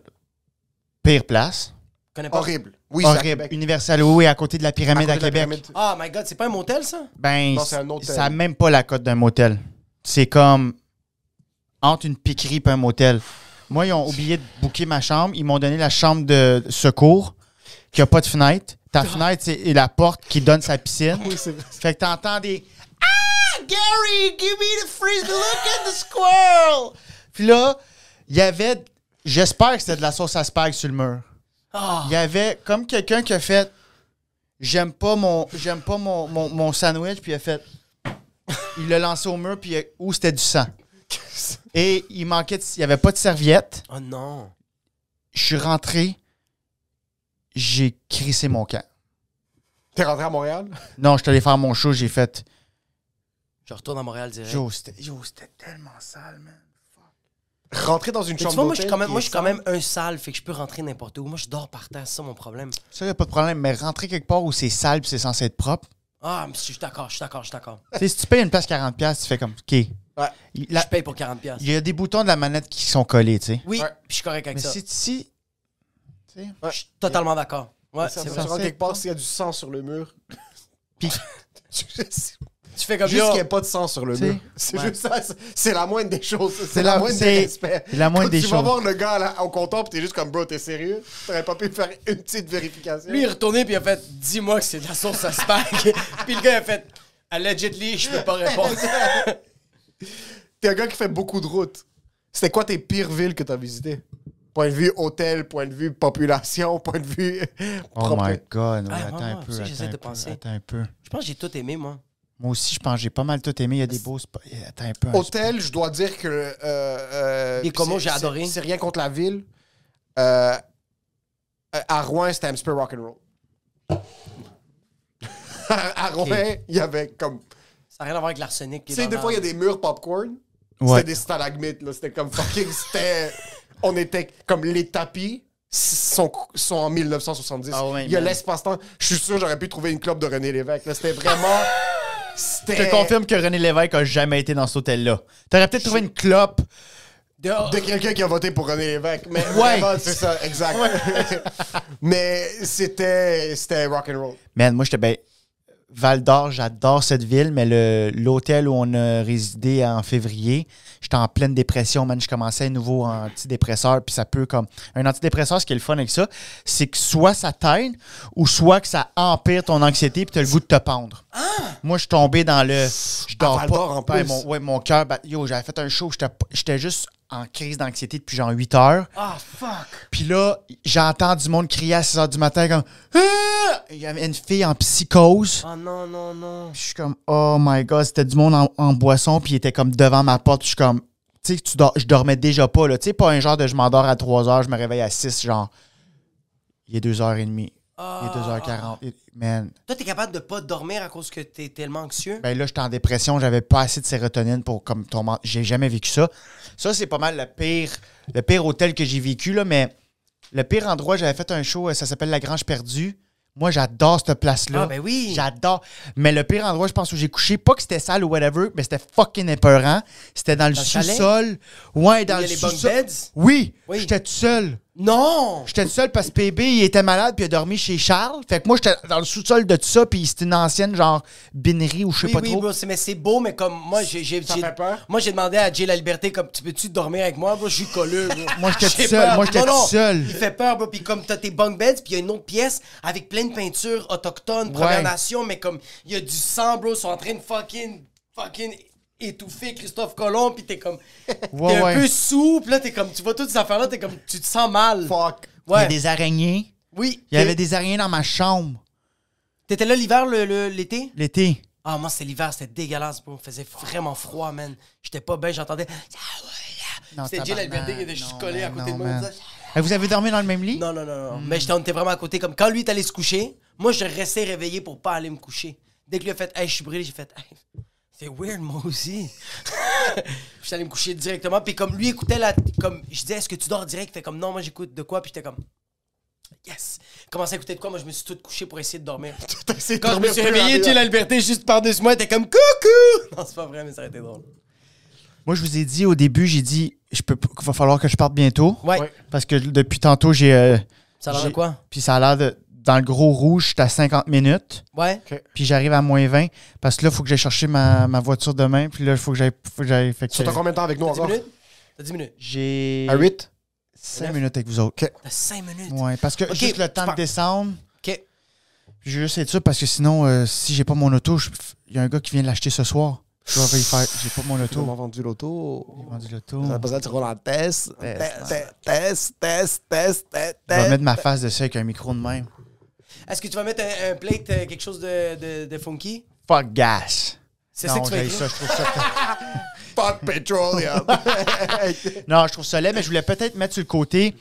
[SPEAKER 4] pire place.
[SPEAKER 2] Je connais pas.
[SPEAKER 5] Horrible. Oui, c'est à
[SPEAKER 4] Horrible.
[SPEAKER 5] Québec.
[SPEAKER 4] Universal, oui, à côté de la
[SPEAKER 5] À
[SPEAKER 4] pyramide à,
[SPEAKER 5] côté de la
[SPEAKER 4] Québec.
[SPEAKER 5] pyramide.
[SPEAKER 2] Ah my god, c'est pas un motel ça
[SPEAKER 4] Ben,
[SPEAKER 5] Non, c'est un hôtel.
[SPEAKER 4] ça n'a même pas la cote d'un motel. C'est comme entre une piquerie et un motel. Moi, ils ont oublié de booker ma chambre. Ils m'ont donné la chambre de secours qui a pas de fenêtre. Ta fenêtre, c'est et la porte qui donne sa piscine. Fait que t'entends des Ah, Gary, give me the freeze, look at the squirrel. Puis là, il y avait, j'espère que c'était de la sauce à spag sur le mur.
[SPEAKER 2] Ah.
[SPEAKER 4] Il y avait comme quelqu'un qui a fait J'aime pas mon j'aime pas mon, mon, mon sandwich puis il a fait il l'a lancé au mur puis il a- où c'était du sang. Et il manquait de- il y avait pas de serviette.
[SPEAKER 2] Oh non.
[SPEAKER 4] Je suis rentré j'ai crissé mon camp.
[SPEAKER 5] T'es rentré à Montréal?
[SPEAKER 4] Non, je suis allé faire mon show, j'ai fait
[SPEAKER 2] Je retourne à Montréal direct.
[SPEAKER 4] Yo, c'était yo, c'était tellement sale man. Fuck.
[SPEAKER 5] rentrer dans une
[SPEAKER 2] Mais
[SPEAKER 5] chambre
[SPEAKER 2] tu vois, moi, je
[SPEAKER 5] d'hôtel
[SPEAKER 2] suis quand même,
[SPEAKER 5] qui
[SPEAKER 2] moi,
[SPEAKER 5] est
[SPEAKER 2] je suis quand même un sale, fait que je peux rentrer n'importe où. Moi, je dors par terre, c'est ça mon problème.
[SPEAKER 4] Ça, y a pas de problème, mais rentrer quelque part où c'est sale puis c'est censé être
[SPEAKER 5] [LAUGHS]
[SPEAKER 4] propre.
[SPEAKER 2] Ah, mais je suis d'accord, je suis d'accord, je suis d'accord.
[SPEAKER 4] tu sais, si tu payes une place 40$, tu fais comme, OK.
[SPEAKER 5] Ouais.
[SPEAKER 4] Il la-
[SPEAKER 2] Je paye pour 40$. piastres.
[SPEAKER 4] il y a des boutons de la manette qui sont collés, tu sais.
[SPEAKER 2] Oui,
[SPEAKER 5] Ouais.
[SPEAKER 2] puis je suis correct avec
[SPEAKER 4] Mais
[SPEAKER 2] ça.
[SPEAKER 4] si, si- tu sais,
[SPEAKER 2] Je suis totalement d'accord. Ouais,
[SPEAKER 5] Ça,
[SPEAKER 2] c'est
[SPEAKER 5] tu
[SPEAKER 2] vrai.
[SPEAKER 4] ça.
[SPEAKER 5] rentres
[SPEAKER 4] censé
[SPEAKER 5] quelque part s'il y a du sang sur le mur. [LAUGHS]
[SPEAKER 4] Puis-
[SPEAKER 5] Tu- juste
[SPEAKER 2] Tu fais comme
[SPEAKER 5] qu'il
[SPEAKER 2] yo,
[SPEAKER 5] n'y ait pas de sang sur le
[SPEAKER 4] T'sais.
[SPEAKER 5] mur. [LAUGHS] C'est
[SPEAKER 2] Ouais.
[SPEAKER 5] juste ça. c'est- C'est la moindre des choses. C'est
[SPEAKER 4] C'est
[SPEAKER 5] la,
[SPEAKER 4] la-
[SPEAKER 5] moindre
[SPEAKER 4] c'est-
[SPEAKER 5] des respects.
[SPEAKER 4] c'est la moindre
[SPEAKER 5] Quand
[SPEAKER 4] des
[SPEAKER 5] Tu vas
[SPEAKER 4] choses.
[SPEAKER 5] voir le gars là, au comptoir puis t'es juste comme, bro, t'es sérieux? T'aurais pas pu faire une petite vérification?
[SPEAKER 2] lui, il est retourné, puis il a fait Dis-moi que c'est de la sauce à [LAUGHS] spag. puis le gars, il a fait Allegedly, je peux pas répondre.
[SPEAKER 5] T'es un gars qui fait beaucoup de routes. C'était quoi tes pires villes que t'as visitées? Point de vue hôtel, point de vue population, point de vue
[SPEAKER 4] Oh
[SPEAKER 5] propre.
[SPEAKER 4] my God. ouais,
[SPEAKER 2] Ah,
[SPEAKER 4] attends
[SPEAKER 2] moi,
[SPEAKER 4] un
[SPEAKER 2] moi,
[SPEAKER 4] peu.
[SPEAKER 2] ça, j'essaie
[SPEAKER 4] Attends un
[SPEAKER 2] de
[SPEAKER 4] peu,
[SPEAKER 2] penser.
[SPEAKER 4] attends un peu.
[SPEAKER 2] je pense que j'ai tout aimé, moi.
[SPEAKER 4] Moi aussi, je pense que j'ai pas mal tout aimé. Il y a des beaux spots. Attends un
[SPEAKER 2] Oh,
[SPEAKER 4] peu. un spot.
[SPEAKER 5] Hôtel, je dois dire que. euh, euh,
[SPEAKER 2] Les comos,
[SPEAKER 5] c'est-
[SPEAKER 2] j'ai
[SPEAKER 5] c'est-
[SPEAKER 2] adoré.
[SPEAKER 5] C'est rien contre la ville. Euh, euh, à Rouen, c'était un petit peu rock'n'roll. [LAUGHS] à à Rouen, il y avait comme.
[SPEAKER 2] Ça n'a rien à voir avec l'arsenic.
[SPEAKER 5] Tu sais, des fois, il y a des murs popcorn.
[SPEAKER 4] Ouais.
[SPEAKER 5] C'était des stalagmites, là. C'était comme fucking. C'était. On était comme les tapis. Sont, sont en 1970.
[SPEAKER 4] Ah ouais,
[SPEAKER 5] Il y a
[SPEAKER 4] man.
[SPEAKER 5] l'espace-temps. Je suis sûr j'aurais pu trouver une clope de René Lévesque. là. C'était vraiment. C'était.
[SPEAKER 2] eh!
[SPEAKER 4] Je te confirme que René Lévesque a jamais été dans cet hôtel-là. T'aurais peut-être trouvé une clope.
[SPEAKER 5] De quelqu'un qui a voté pour René Lévesque. Mais
[SPEAKER 4] Ouais.
[SPEAKER 5] vraiment, c'est ça, exact. [LAUGHS] mais c'était, c'était rock'n'roll.
[SPEAKER 4] Man, moi, j'étais ben, Val d'Or, j'adore cette ville, mais le- l'hôtel où on a résidé en février, j'étais en pleine dépression, man. Je commençais un nouveau antidépresseur, puis ça peut comme. Un antidépresseur, ce qui est le fun avec ça, c'est que soit ça t'aide ou soit que ça empire ton anxiété, puis t'as le goût de te pendre. Moi, je suis tombé dans le. Je dors
[SPEAKER 5] Ah! Val
[SPEAKER 4] pas.
[SPEAKER 5] d'Or, en plus.
[SPEAKER 4] Ouais, mon, ouais, mon cœur. bat- yo, j'avais fait un show, j'étais pas- j'étais juste en crise d'anxiété depuis genre 8 heures.
[SPEAKER 2] Ah, fuck.
[SPEAKER 4] Puis là, j'entends du monde crier à 6 h du matin comme Ah! Il y avait une fille en psychose.
[SPEAKER 2] Oh non, non, non.
[SPEAKER 4] Puis je suis comme Oh my god, c'était du monde en, en boisson, puis il était comme devant ma porte. Puis je suis comme Tu sais, tu dors- je dormais déjà pas, là. Tu sais, pas un genre de je m'endors à 3 h, je me réveille à 6, genre Il est 2h30. Il est 2h40. Il- Man.
[SPEAKER 2] Toi, t'es capable de pas dormir à cause que t'es tellement anxieux?
[SPEAKER 4] Ben là, j'étais en dépression, j'avais pas assez de sérotonine pour comme tomber. en- J'ai jamais vécu ça. Ça, c'est pas mal le pire, le pire hôtel que j'ai vécu, là, mais le pire endroit, j'avais fait un show, euh, ça s'appelle La Grange Perdue. Moi, j'adore cette place-là.
[SPEAKER 2] Ah, ben oui.
[SPEAKER 4] J'adore. Mais le pire endroit, je pense, où j'ai couché, pas que c'était sale ou whatever, mais c'était fucking épeurant. C'était dans le
[SPEAKER 2] Dans le chalet?
[SPEAKER 4] sous-sol. Ouais, dans
[SPEAKER 2] Il y a
[SPEAKER 4] le
[SPEAKER 2] les bunk
[SPEAKER 4] sous-sol.
[SPEAKER 2] beds?
[SPEAKER 4] Oui,
[SPEAKER 2] Oui.
[SPEAKER 4] j'étais tout seul.
[SPEAKER 2] Non!
[SPEAKER 4] J'étais tout seul parce que PB, il était malade puis il a dormi chez Charles. Fait que moi, j'étais dans le sous-sol de tout ça puis c'était une ancienne, genre, binerie ou je sais
[SPEAKER 2] Oui,
[SPEAKER 4] pas
[SPEAKER 2] oui,
[SPEAKER 4] trop.
[SPEAKER 2] bro, c'est- mais c'est beau, mais comme moi, j'ai. j'ai-
[SPEAKER 5] Ça
[SPEAKER 2] j'ai-
[SPEAKER 5] fait peur?
[SPEAKER 2] Moi, j'ai demandé à Jay La Liberté, comme tu peux-tu dormir avec moi, bro? Je suis colleux, bro.
[SPEAKER 4] [LAUGHS] Moi, j'étais
[SPEAKER 2] [LAUGHS] J'ai
[SPEAKER 4] tout seul.
[SPEAKER 2] peur.
[SPEAKER 4] Moi, j'étais
[SPEAKER 2] Non, non.
[SPEAKER 4] tout seul.
[SPEAKER 2] Il fait peur, bro. Puis comme t'as tes bunk beds, puis il y a une autre pièce avec plein de peintures autochtones, Première
[SPEAKER 4] Ouais.
[SPEAKER 2] Nation, mais comme il y a du sang, bro, ils sont en train de fucking. fucking étouffer Christophe Colomb, puis t'es
[SPEAKER 4] [LAUGHS]
[SPEAKER 2] comme.
[SPEAKER 4] Ouais,
[SPEAKER 2] t'es un
[SPEAKER 4] ouais.
[SPEAKER 2] peu sous, puis là, t'es comme. Tu vois toutes ces affaires-là, t'es comme. Tu te sens mal.
[SPEAKER 5] Fuck.
[SPEAKER 4] Il y a
[SPEAKER 2] Ouais.
[SPEAKER 4] des araignées.
[SPEAKER 2] Oui.
[SPEAKER 4] Il y avait des araignées dans ma chambre
[SPEAKER 2] T'étais là l'hiver, le- le- l'été?
[SPEAKER 4] l'été.
[SPEAKER 2] Ah, moi, c'était l'hiver, c'était dégueulasse, bro. Il faisait vraiment froid, man. J'étais pas bien, j'entendais. Ah,
[SPEAKER 4] Non,
[SPEAKER 2] C'était Jill
[SPEAKER 4] tabarnak,
[SPEAKER 2] Alberté qui était juste
[SPEAKER 4] non,
[SPEAKER 2] collé à
[SPEAKER 4] man,
[SPEAKER 2] côté de
[SPEAKER 4] non,
[SPEAKER 2] moi. il me
[SPEAKER 4] man.
[SPEAKER 2] disait,
[SPEAKER 4] Eh, Vous avez dormi dans le même lit?
[SPEAKER 2] Non, non, non, non. Mais j'étais- on était vraiment à côté. Comme quand lui est allé se coucher, moi, je restais réveillé pour pas aller me coucher. Dès que lui a fait, hey, je suis brûlé, j'ai fait, hey, c'est weird, moi aussi. [LAUGHS] Je suis allé me coucher directement. Puis comme lui écoutait la. Comme je disais, est-ce que tu dors direct? Il fait comme, non, moi, j'écoute de quoi? Puis j'étais comme. Yes! Il Commençait à écouter de quoi? Moi, je me suis tout couché pour essayer de dormir.
[SPEAKER 5] T'as essayé de
[SPEAKER 2] Quand je me
[SPEAKER 5] dormir
[SPEAKER 2] suis
[SPEAKER 5] plus
[SPEAKER 2] réveillé,
[SPEAKER 5] rapide.
[SPEAKER 2] Jill Alberté juste par-dessus moi était comme coucou! [LAUGHS] Non, c'est pas vrai, mais ça a été drôle.
[SPEAKER 4] Moi, je vous ai dit au début, j'ai dit, je peux, pas- qu'il va falloir que je parte bientôt.
[SPEAKER 2] Ouais.
[SPEAKER 5] Ouais.
[SPEAKER 4] Parce que depuis tantôt, j'ai. euh,
[SPEAKER 2] Ça a l'air de
[SPEAKER 4] j'ai-
[SPEAKER 2] quoi?
[SPEAKER 4] Puis ça a l'air de. Dans le gros rouge, j'étais à 50 minutes.
[SPEAKER 2] Ouais.
[SPEAKER 4] Puis j'arrive à moins 20. Parce que là, il faut que j'aille chercher ma, ma voiture demain. Puis là, il faut que j'aille. faut que j'aille- fait que-
[SPEAKER 5] Tu as combien de temps avec nous
[SPEAKER 2] 10
[SPEAKER 5] encore?
[SPEAKER 2] minutes? T'as 10 minutes.
[SPEAKER 4] J'ai.
[SPEAKER 5] À 8?
[SPEAKER 4] 5 minutes avec vous autres.
[SPEAKER 2] T'as 5 minutes.
[SPEAKER 4] Ouais, parce que
[SPEAKER 2] Ok,
[SPEAKER 4] juste le
[SPEAKER 2] tu
[SPEAKER 4] temps
[SPEAKER 2] pars.
[SPEAKER 4] de descendre.
[SPEAKER 2] Ok.
[SPEAKER 4] Je veux juste être sûr parce que sinon, euh, si j'ai pas mon auto, je- il y a un gars qui vient l'acheter ce soir. Je vais y faire. J'ai pas mon
[SPEAKER 5] Tout le
[SPEAKER 4] auto.
[SPEAKER 5] monde vendu l'auto.
[SPEAKER 4] Il m'a vendu l'auto.
[SPEAKER 5] Ça a
[SPEAKER 4] Je
[SPEAKER 5] besoin tu roules en test.
[SPEAKER 4] Test,
[SPEAKER 5] Test, test, test, test, test,
[SPEAKER 2] Ben,
[SPEAKER 4] vais
[SPEAKER 5] test.
[SPEAKER 4] mettre ma face dessus avec un micro de même.
[SPEAKER 2] Est-ce que tu vas mettre un, un plate, euh, quelque chose de, de, de funky?
[SPEAKER 4] Fuck gas.
[SPEAKER 2] C'est ça
[SPEAKER 4] Non,
[SPEAKER 2] que tu vas
[SPEAKER 4] j'haïs
[SPEAKER 2] écrire?
[SPEAKER 4] ça, je trouve ça.
[SPEAKER 5] Fuck petroleum.
[SPEAKER 4] [LAUGHS] Non, je trouve ça laid, mais je voulais peut-être mettre sur le côté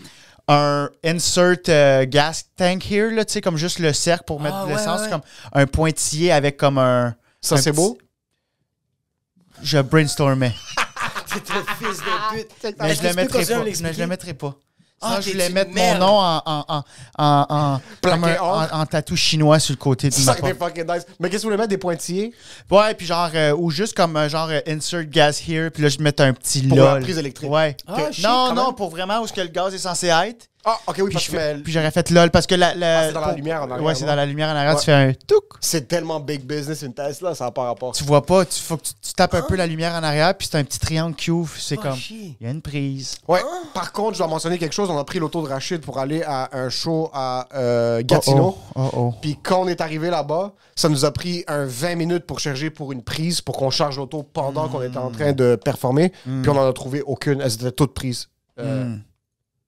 [SPEAKER 4] un insert euh, gas tank here, là, tu sais, comme juste le cercle pour mettre
[SPEAKER 2] Ah,
[SPEAKER 4] de
[SPEAKER 2] ouais,
[SPEAKER 4] l'essence,
[SPEAKER 2] ouais.
[SPEAKER 4] comme un pointillé avec comme un.
[SPEAKER 5] Ça,
[SPEAKER 4] un
[SPEAKER 5] c'est
[SPEAKER 4] petit-
[SPEAKER 5] beau?
[SPEAKER 4] Je brainstormais.
[SPEAKER 2] T'es un Ah, fils de pute.
[SPEAKER 4] Mais je
[SPEAKER 2] Est-ce que
[SPEAKER 4] le
[SPEAKER 2] tu peux
[SPEAKER 4] mettrai
[SPEAKER 2] continuer à
[SPEAKER 4] pas.
[SPEAKER 2] me l'expliquer?
[SPEAKER 4] Mais je le mettrai pas.
[SPEAKER 2] Ah,
[SPEAKER 4] Sinon, je
[SPEAKER 2] t'es
[SPEAKER 4] voulais
[SPEAKER 2] une
[SPEAKER 4] mettre mon
[SPEAKER 2] merde.
[SPEAKER 4] nom en, en, en, en, en,
[SPEAKER 5] Plaqué
[SPEAKER 4] comme un-
[SPEAKER 5] or.
[SPEAKER 4] en- en tatou chinois sur le côté de
[SPEAKER 5] C'est
[SPEAKER 4] ma
[SPEAKER 5] [LAUGHS] ça qui
[SPEAKER 4] porte.
[SPEAKER 5] était fucking nice. Mais qu'est-ce que vous voulez mettre des pointillés
[SPEAKER 4] Ouais, puis genre, euh, ou juste comme euh, genre euh, insert gas here, puis là, je mets un petit
[SPEAKER 5] Pour
[SPEAKER 4] lol.
[SPEAKER 5] la prise électrique.
[SPEAKER 4] Ouais.
[SPEAKER 2] Ah,
[SPEAKER 4] Ok.
[SPEAKER 2] shit,
[SPEAKER 4] non,
[SPEAKER 2] quand
[SPEAKER 4] non,
[SPEAKER 2] même.
[SPEAKER 4] pour vraiment où ce que le gaz est censé être.
[SPEAKER 5] Ah, ok, oui,
[SPEAKER 4] Puis
[SPEAKER 5] parce
[SPEAKER 4] je
[SPEAKER 5] que
[SPEAKER 4] fais-
[SPEAKER 5] mais
[SPEAKER 4] puis j'aurais fait lol, parce que la. la-
[SPEAKER 5] Ah, c'est dans la lumière en arrière,
[SPEAKER 4] Ouais, c'est
[SPEAKER 5] non?
[SPEAKER 4] dans la lumière en arrière,
[SPEAKER 5] Ouais.
[SPEAKER 4] tu fais un touc.
[SPEAKER 5] c'est tellement big business une Tesla, ça n'a pas rapport.
[SPEAKER 4] Tu vois pas, tu, faut que tu, tu tapes un peu la lumière en arrière, puis c'est un petit triangle qui ouvre. C'est
[SPEAKER 2] Ah,
[SPEAKER 4] comme.
[SPEAKER 2] chier.
[SPEAKER 4] Il y a une prise.
[SPEAKER 5] Ouais. Par contre, je dois mentionner quelque chose. On a pris l'auto de Rachid pour aller à un show à euh, Gatineau.
[SPEAKER 4] Oh, oh.
[SPEAKER 5] Puis quand on est arrivé là-bas, ça nous a pris un 20 minutes pour charger pour une prise, pour qu'on charge l'auto pendant qu'on était en train de performer.
[SPEAKER 2] Mm.
[SPEAKER 5] Puis on n'en a trouvé aucune. Elles étaient toutes prises. Euh,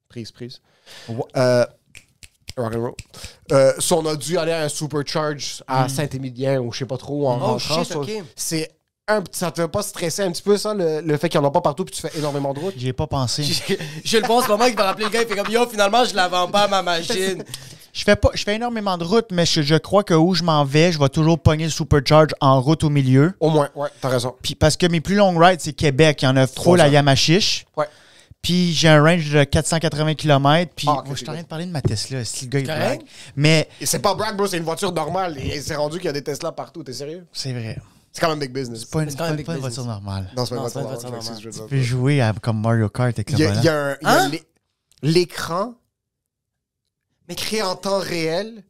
[SPEAKER 5] Prise, prise. Euh, rock'n'roll. Euh, so on a dû aller à un supercharge à Saint-Émilien ou je sais pas trop où en
[SPEAKER 2] Mm. Oh,
[SPEAKER 5] rentrant.
[SPEAKER 2] shit, ok.
[SPEAKER 5] C'est un petit. Ça te fait pas stresser un petit peu ça, le, le fait qu'il y en a pas partout puis tu fais énormément de route?
[SPEAKER 4] J'y ai pas pensé.
[SPEAKER 2] J'ai- [LAUGHS] J'ai le bon ce moment qui va rappeler le gars, il fait comme Yo, finalement, je la vends pas, ma machine.
[SPEAKER 4] Je fais pas, je fais énormément de route, mais je, je crois que où je m'en vais, je vais toujours pogner le supercharge en route au milieu.
[SPEAKER 5] Au moins, ouais, t'as raison.
[SPEAKER 4] Puis parce que mes plus longues rides, c'est Québec. Il y en a trop la
[SPEAKER 5] heures.
[SPEAKER 4] Yamachiche.
[SPEAKER 5] Ouais.
[SPEAKER 4] Puis j'ai un range de 480 km. Puis
[SPEAKER 5] Ah, ok,
[SPEAKER 4] oh, je
[SPEAKER 5] c'est
[SPEAKER 4] suis en train
[SPEAKER 5] good.
[SPEAKER 4] de parler de ma Tesla. Si le gars il
[SPEAKER 2] Correct.
[SPEAKER 4] blague. Mais
[SPEAKER 5] Et c'est pas brag, bro, c'est une voiture normale. Et c'est rendu qu'il y a des Tesla partout, t'es sérieux?
[SPEAKER 4] c'est vrai.
[SPEAKER 5] C'est quand même big business.
[SPEAKER 4] Pas une,
[SPEAKER 2] C'est quand
[SPEAKER 4] pas
[SPEAKER 2] même
[SPEAKER 4] une- pas une
[SPEAKER 2] big
[SPEAKER 4] voiture
[SPEAKER 2] business.
[SPEAKER 4] normale.
[SPEAKER 5] Non, c'est pas
[SPEAKER 2] Non,
[SPEAKER 5] une
[SPEAKER 2] c'est pas une
[SPEAKER 5] voiture
[SPEAKER 2] voiture
[SPEAKER 5] normale.
[SPEAKER 4] Tu peux jouer à, comme Mario Kart avec le
[SPEAKER 5] Il y a,
[SPEAKER 4] volant.
[SPEAKER 5] il y a un- il y a
[SPEAKER 2] Hein?
[SPEAKER 5] l'é- l'écran
[SPEAKER 2] Mais-
[SPEAKER 5] crée en temps réel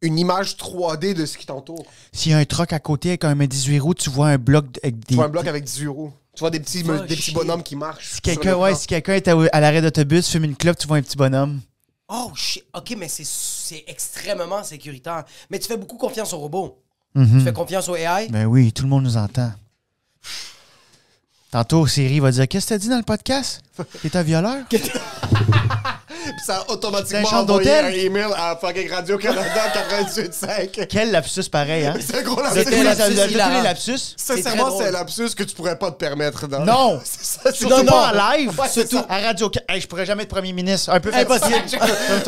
[SPEAKER 5] une image 3D de ce qui t'entoure.
[SPEAKER 4] S'il y a un truck à côté avec un 18 roues, tu vois un bloc d- avec des.
[SPEAKER 5] Tu vois un bloc avec 18 roues. Tu vois des petits,
[SPEAKER 2] Va
[SPEAKER 5] des petits
[SPEAKER 2] chier.
[SPEAKER 5] bonhommes qui marchent.
[SPEAKER 4] Si
[SPEAKER 5] sur
[SPEAKER 4] quelqu'un
[SPEAKER 5] l'écran.
[SPEAKER 4] ouais, si quelqu'un est à, à l'arrêt d'autobus, fume une clope, tu vois un petit bonhomme.
[SPEAKER 2] Oh, shit. OK, mais c'est- c'est extrêmement sécuritaire. Mais tu fais beaucoup confiance aux robots.
[SPEAKER 4] Mhm.
[SPEAKER 2] Tu fais confiance au AI.
[SPEAKER 4] Ben oui, tout le monde nous entend. Tantôt, Siri va dire Qu'est-ce que t'as dit dans le podcast T'es un violeur
[SPEAKER 5] Puis ça a
[SPEAKER 4] Dans
[SPEAKER 5] automatiquement
[SPEAKER 4] les chambres
[SPEAKER 5] envoyé
[SPEAKER 4] d'hôtel?
[SPEAKER 5] un email à
[SPEAKER 2] [LAUGHS]
[SPEAKER 5] fucking Radio-Canada 98.5.
[SPEAKER 4] Quel lapsus pareil, hein
[SPEAKER 5] C'est un gros
[SPEAKER 4] Vous avez
[SPEAKER 2] C'était
[SPEAKER 4] tous
[SPEAKER 2] un
[SPEAKER 4] les-
[SPEAKER 5] lapsus.
[SPEAKER 2] lapsus
[SPEAKER 4] vous avez tous
[SPEAKER 2] hilarant.
[SPEAKER 4] les lapsus
[SPEAKER 2] très
[SPEAKER 5] Sincèrement,
[SPEAKER 2] drôle.
[SPEAKER 5] c'est un lapsus que tu pourrais pas te permettre. dans-
[SPEAKER 4] Non
[SPEAKER 5] [LAUGHS] C'est ça, c'est
[SPEAKER 4] Surtout
[SPEAKER 2] Non,
[SPEAKER 4] pas
[SPEAKER 2] non.
[SPEAKER 4] en live
[SPEAKER 2] Ouais, c'est
[SPEAKER 4] Surtout
[SPEAKER 2] ça.
[SPEAKER 4] à Radio hey, Je pourrais jamais être premier ministre. Un peu
[SPEAKER 2] [LAUGHS]
[SPEAKER 4] fait-
[SPEAKER 2] Impossible.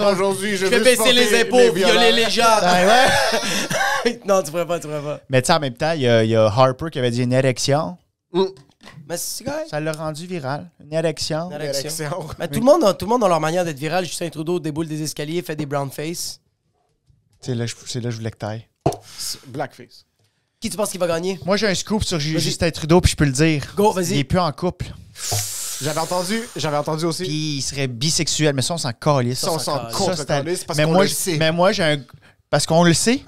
[SPEAKER 5] Aujourd'hui,
[SPEAKER 2] Je
[SPEAKER 5] je
[SPEAKER 2] vais
[SPEAKER 5] veux
[SPEAKER 2] baisser
[SPEAKER 5] supporter
[SPEAKER 2] les impôts, violer
[SPEAKER 5] violeurs.
[SPEAKER 2] les gens.
[SPEAKER 4] Ah, ouais.
[SPEAKER 2] [LAUGHS] non, tu pourrais pas, tu pourrais pas.
[SPEAKER 4] Mais tu sais, en même temps, il y, a- il y a Harper qui avait dit une érection.
[SPEAKER 2] Mais c'est correct.
[SPEAKER 4] Ça l'a rendu viral. Une érection.
[SPEAKER 2] Une érection.
[SPEAKER 5] Élection.
[SPEAKER 2] Mais tout, le monde a, tout le monde a leur manière d'être viral. Justin Trudeau déboule des escaliers, fait des brown face.
[SPEAKER 4] C'est là, je- c'est là que je voulais que t'ailles.
[SPEAKER 5] Blackface.
[SPEAKER 2] Qui tu penses qui va gagner?
[SPEAKER 4] Moi, j'ai un scoop sur Ju- Justin Trudeau, puis je peux le dire.
[SPEAKER 2] Go, vas-y.
[SPEAKER 4] Il est plus en couple.
[SPEAKER 5] J'avais entendu, j'avais entendu aussi.
[SPEAKER 4] Puis il serait bisexuel, mais ça, on s'en calisse.
[SPEAKER 5] Ça, on s'en
[SPEAKER 2] Ça,
[SPEAKER 4] Ça,
[SPEAKER 5] contre
[SPEAKER 4] c'est à-
[SPEAKER 5] parce
[SPEAKER 4] mais,
[SPEAKER 5] qu'on
[SPEAKER 4] moi,
[SPEAKER 5] le
[SPEAKER 4] je-
[SPEAKER 5] sait.
[SPEAKER 4] mais moi, j'ai un. Parce qu'on le sait.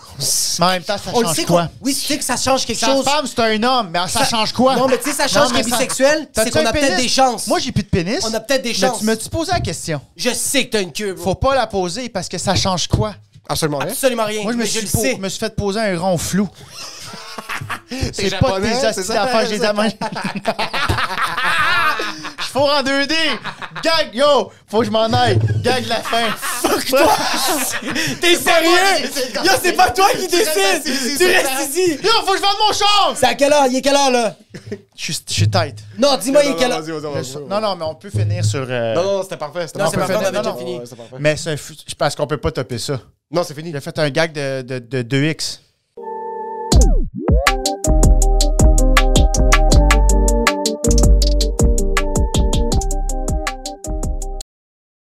[SPEAKER 4] Mais en même temps, ça
[SPEAKER 2] On le
[SPEAKER 4] change
[SPEAKER 2] sait
[SPEAKER 4] quoi?
[SPEAKER 2] quoi? Oui, tu sais que ça change quelque
[SPEAKER 4] Sa
[SPEAKER 2] chose.
[SPEAKER 4] femme, c'est un homme, mais ça, change quoi?
[SPEAKER 2] Non, mais tu sais, ça change qu'il est
[SPEAKER 4] mais ça-
[SPEAKER 2] bisexuel,
[SPEAKER 4] T'as-tu
[SPEAKER 2] c'est qu'on
[SPEAKER 4] un
[SPEAKER 2] a peut-être
[SPEAKER 4] pénis?
[SPEAKER 2] des chances.
[SPEAKER 4] Moi, j'ai plus de pénis.
[SPEAKER 2] On a peut-être des
[SPEAKER 4] Mais
[SPEAKER 2] chances.
[SPEAKER 4] tu m'as-tu posé la question?
[SPEAKER 2] Je sais que t'as une queue, bro.
[SPEAKER 4] Faut pas la poser parce que ça change quoi?
[SPEAKER 5] Absolument rien.
[SPEAKER 2] Absolument rien.
[SPEAKER 4] Moi, je me
[SPEAKER 2] mais
[SPEAKER 4] suis,
[SPEAKER 2] je le
[SPEAKER 4] po-
[SPEAKER 2] sais.
[SPEAKER 4] je me suis fait poser un
[SPEAKER 2] [LAUGHS]
[SPEAKER 4] rond flou. c'est pas
[SPEAKER 5] japonais,
[SPEAKER 4] tes
[SPEAKER 5] c'est
[SPEAKER 4] astuces
[SPEAKER 5] ça?
[SPEAKER 4] d'affaires, [LAUGHS] je les
[SPEAKER 2] [LAUGHS]
[SPEAKER 4] ai mangées. Je fourre en 2D. Gag, yo, faut que je m'en aille. Gag la fin.
[SPEAKER 2] T'es sérieux? Yo, c'est pas toi qui
[SPEAKER 5] restes
[SPEAKER 2] décides! Tu
[SPEAKER 5] ici, c'est
[SPEAKER 2] restes ici!
[SPEAKER 4] Yo, faut que je vende mon char!
[SPEAKER 2] C'est à quelle heure? Il est quelle heure, là?
[SPEAKER 4] Je suis- je suis tête.
[SPEAKER 2] Non, dis-moi, il est quelle heure?
[SPEAKER 5] Vas-y, vas-y, vas-y, vas-y.
[SPEAKER 4] Non, non, mais on peut finir sur. euh,
[SPEAKER 5] Non, non, non, c'était parfait. C'était
[SPEAKER 2] Non, c'est
[SPEAKER 4] parfait, on avait
[SPEAKER 5] Non,
[SPEAKER 4] déjà
[SPEAKER 5] non,
[SPEAKER 2] fini.
[SPEAKER 5] ouais, c'était parfait.
[SPEAKER 4] Mais c'est fou- je pense qu'on peut pas topper ça.
[SPEAKER 5] Non, c'est fini.
[SPEAKER 4] Il a fait un gag de, de, de 2X.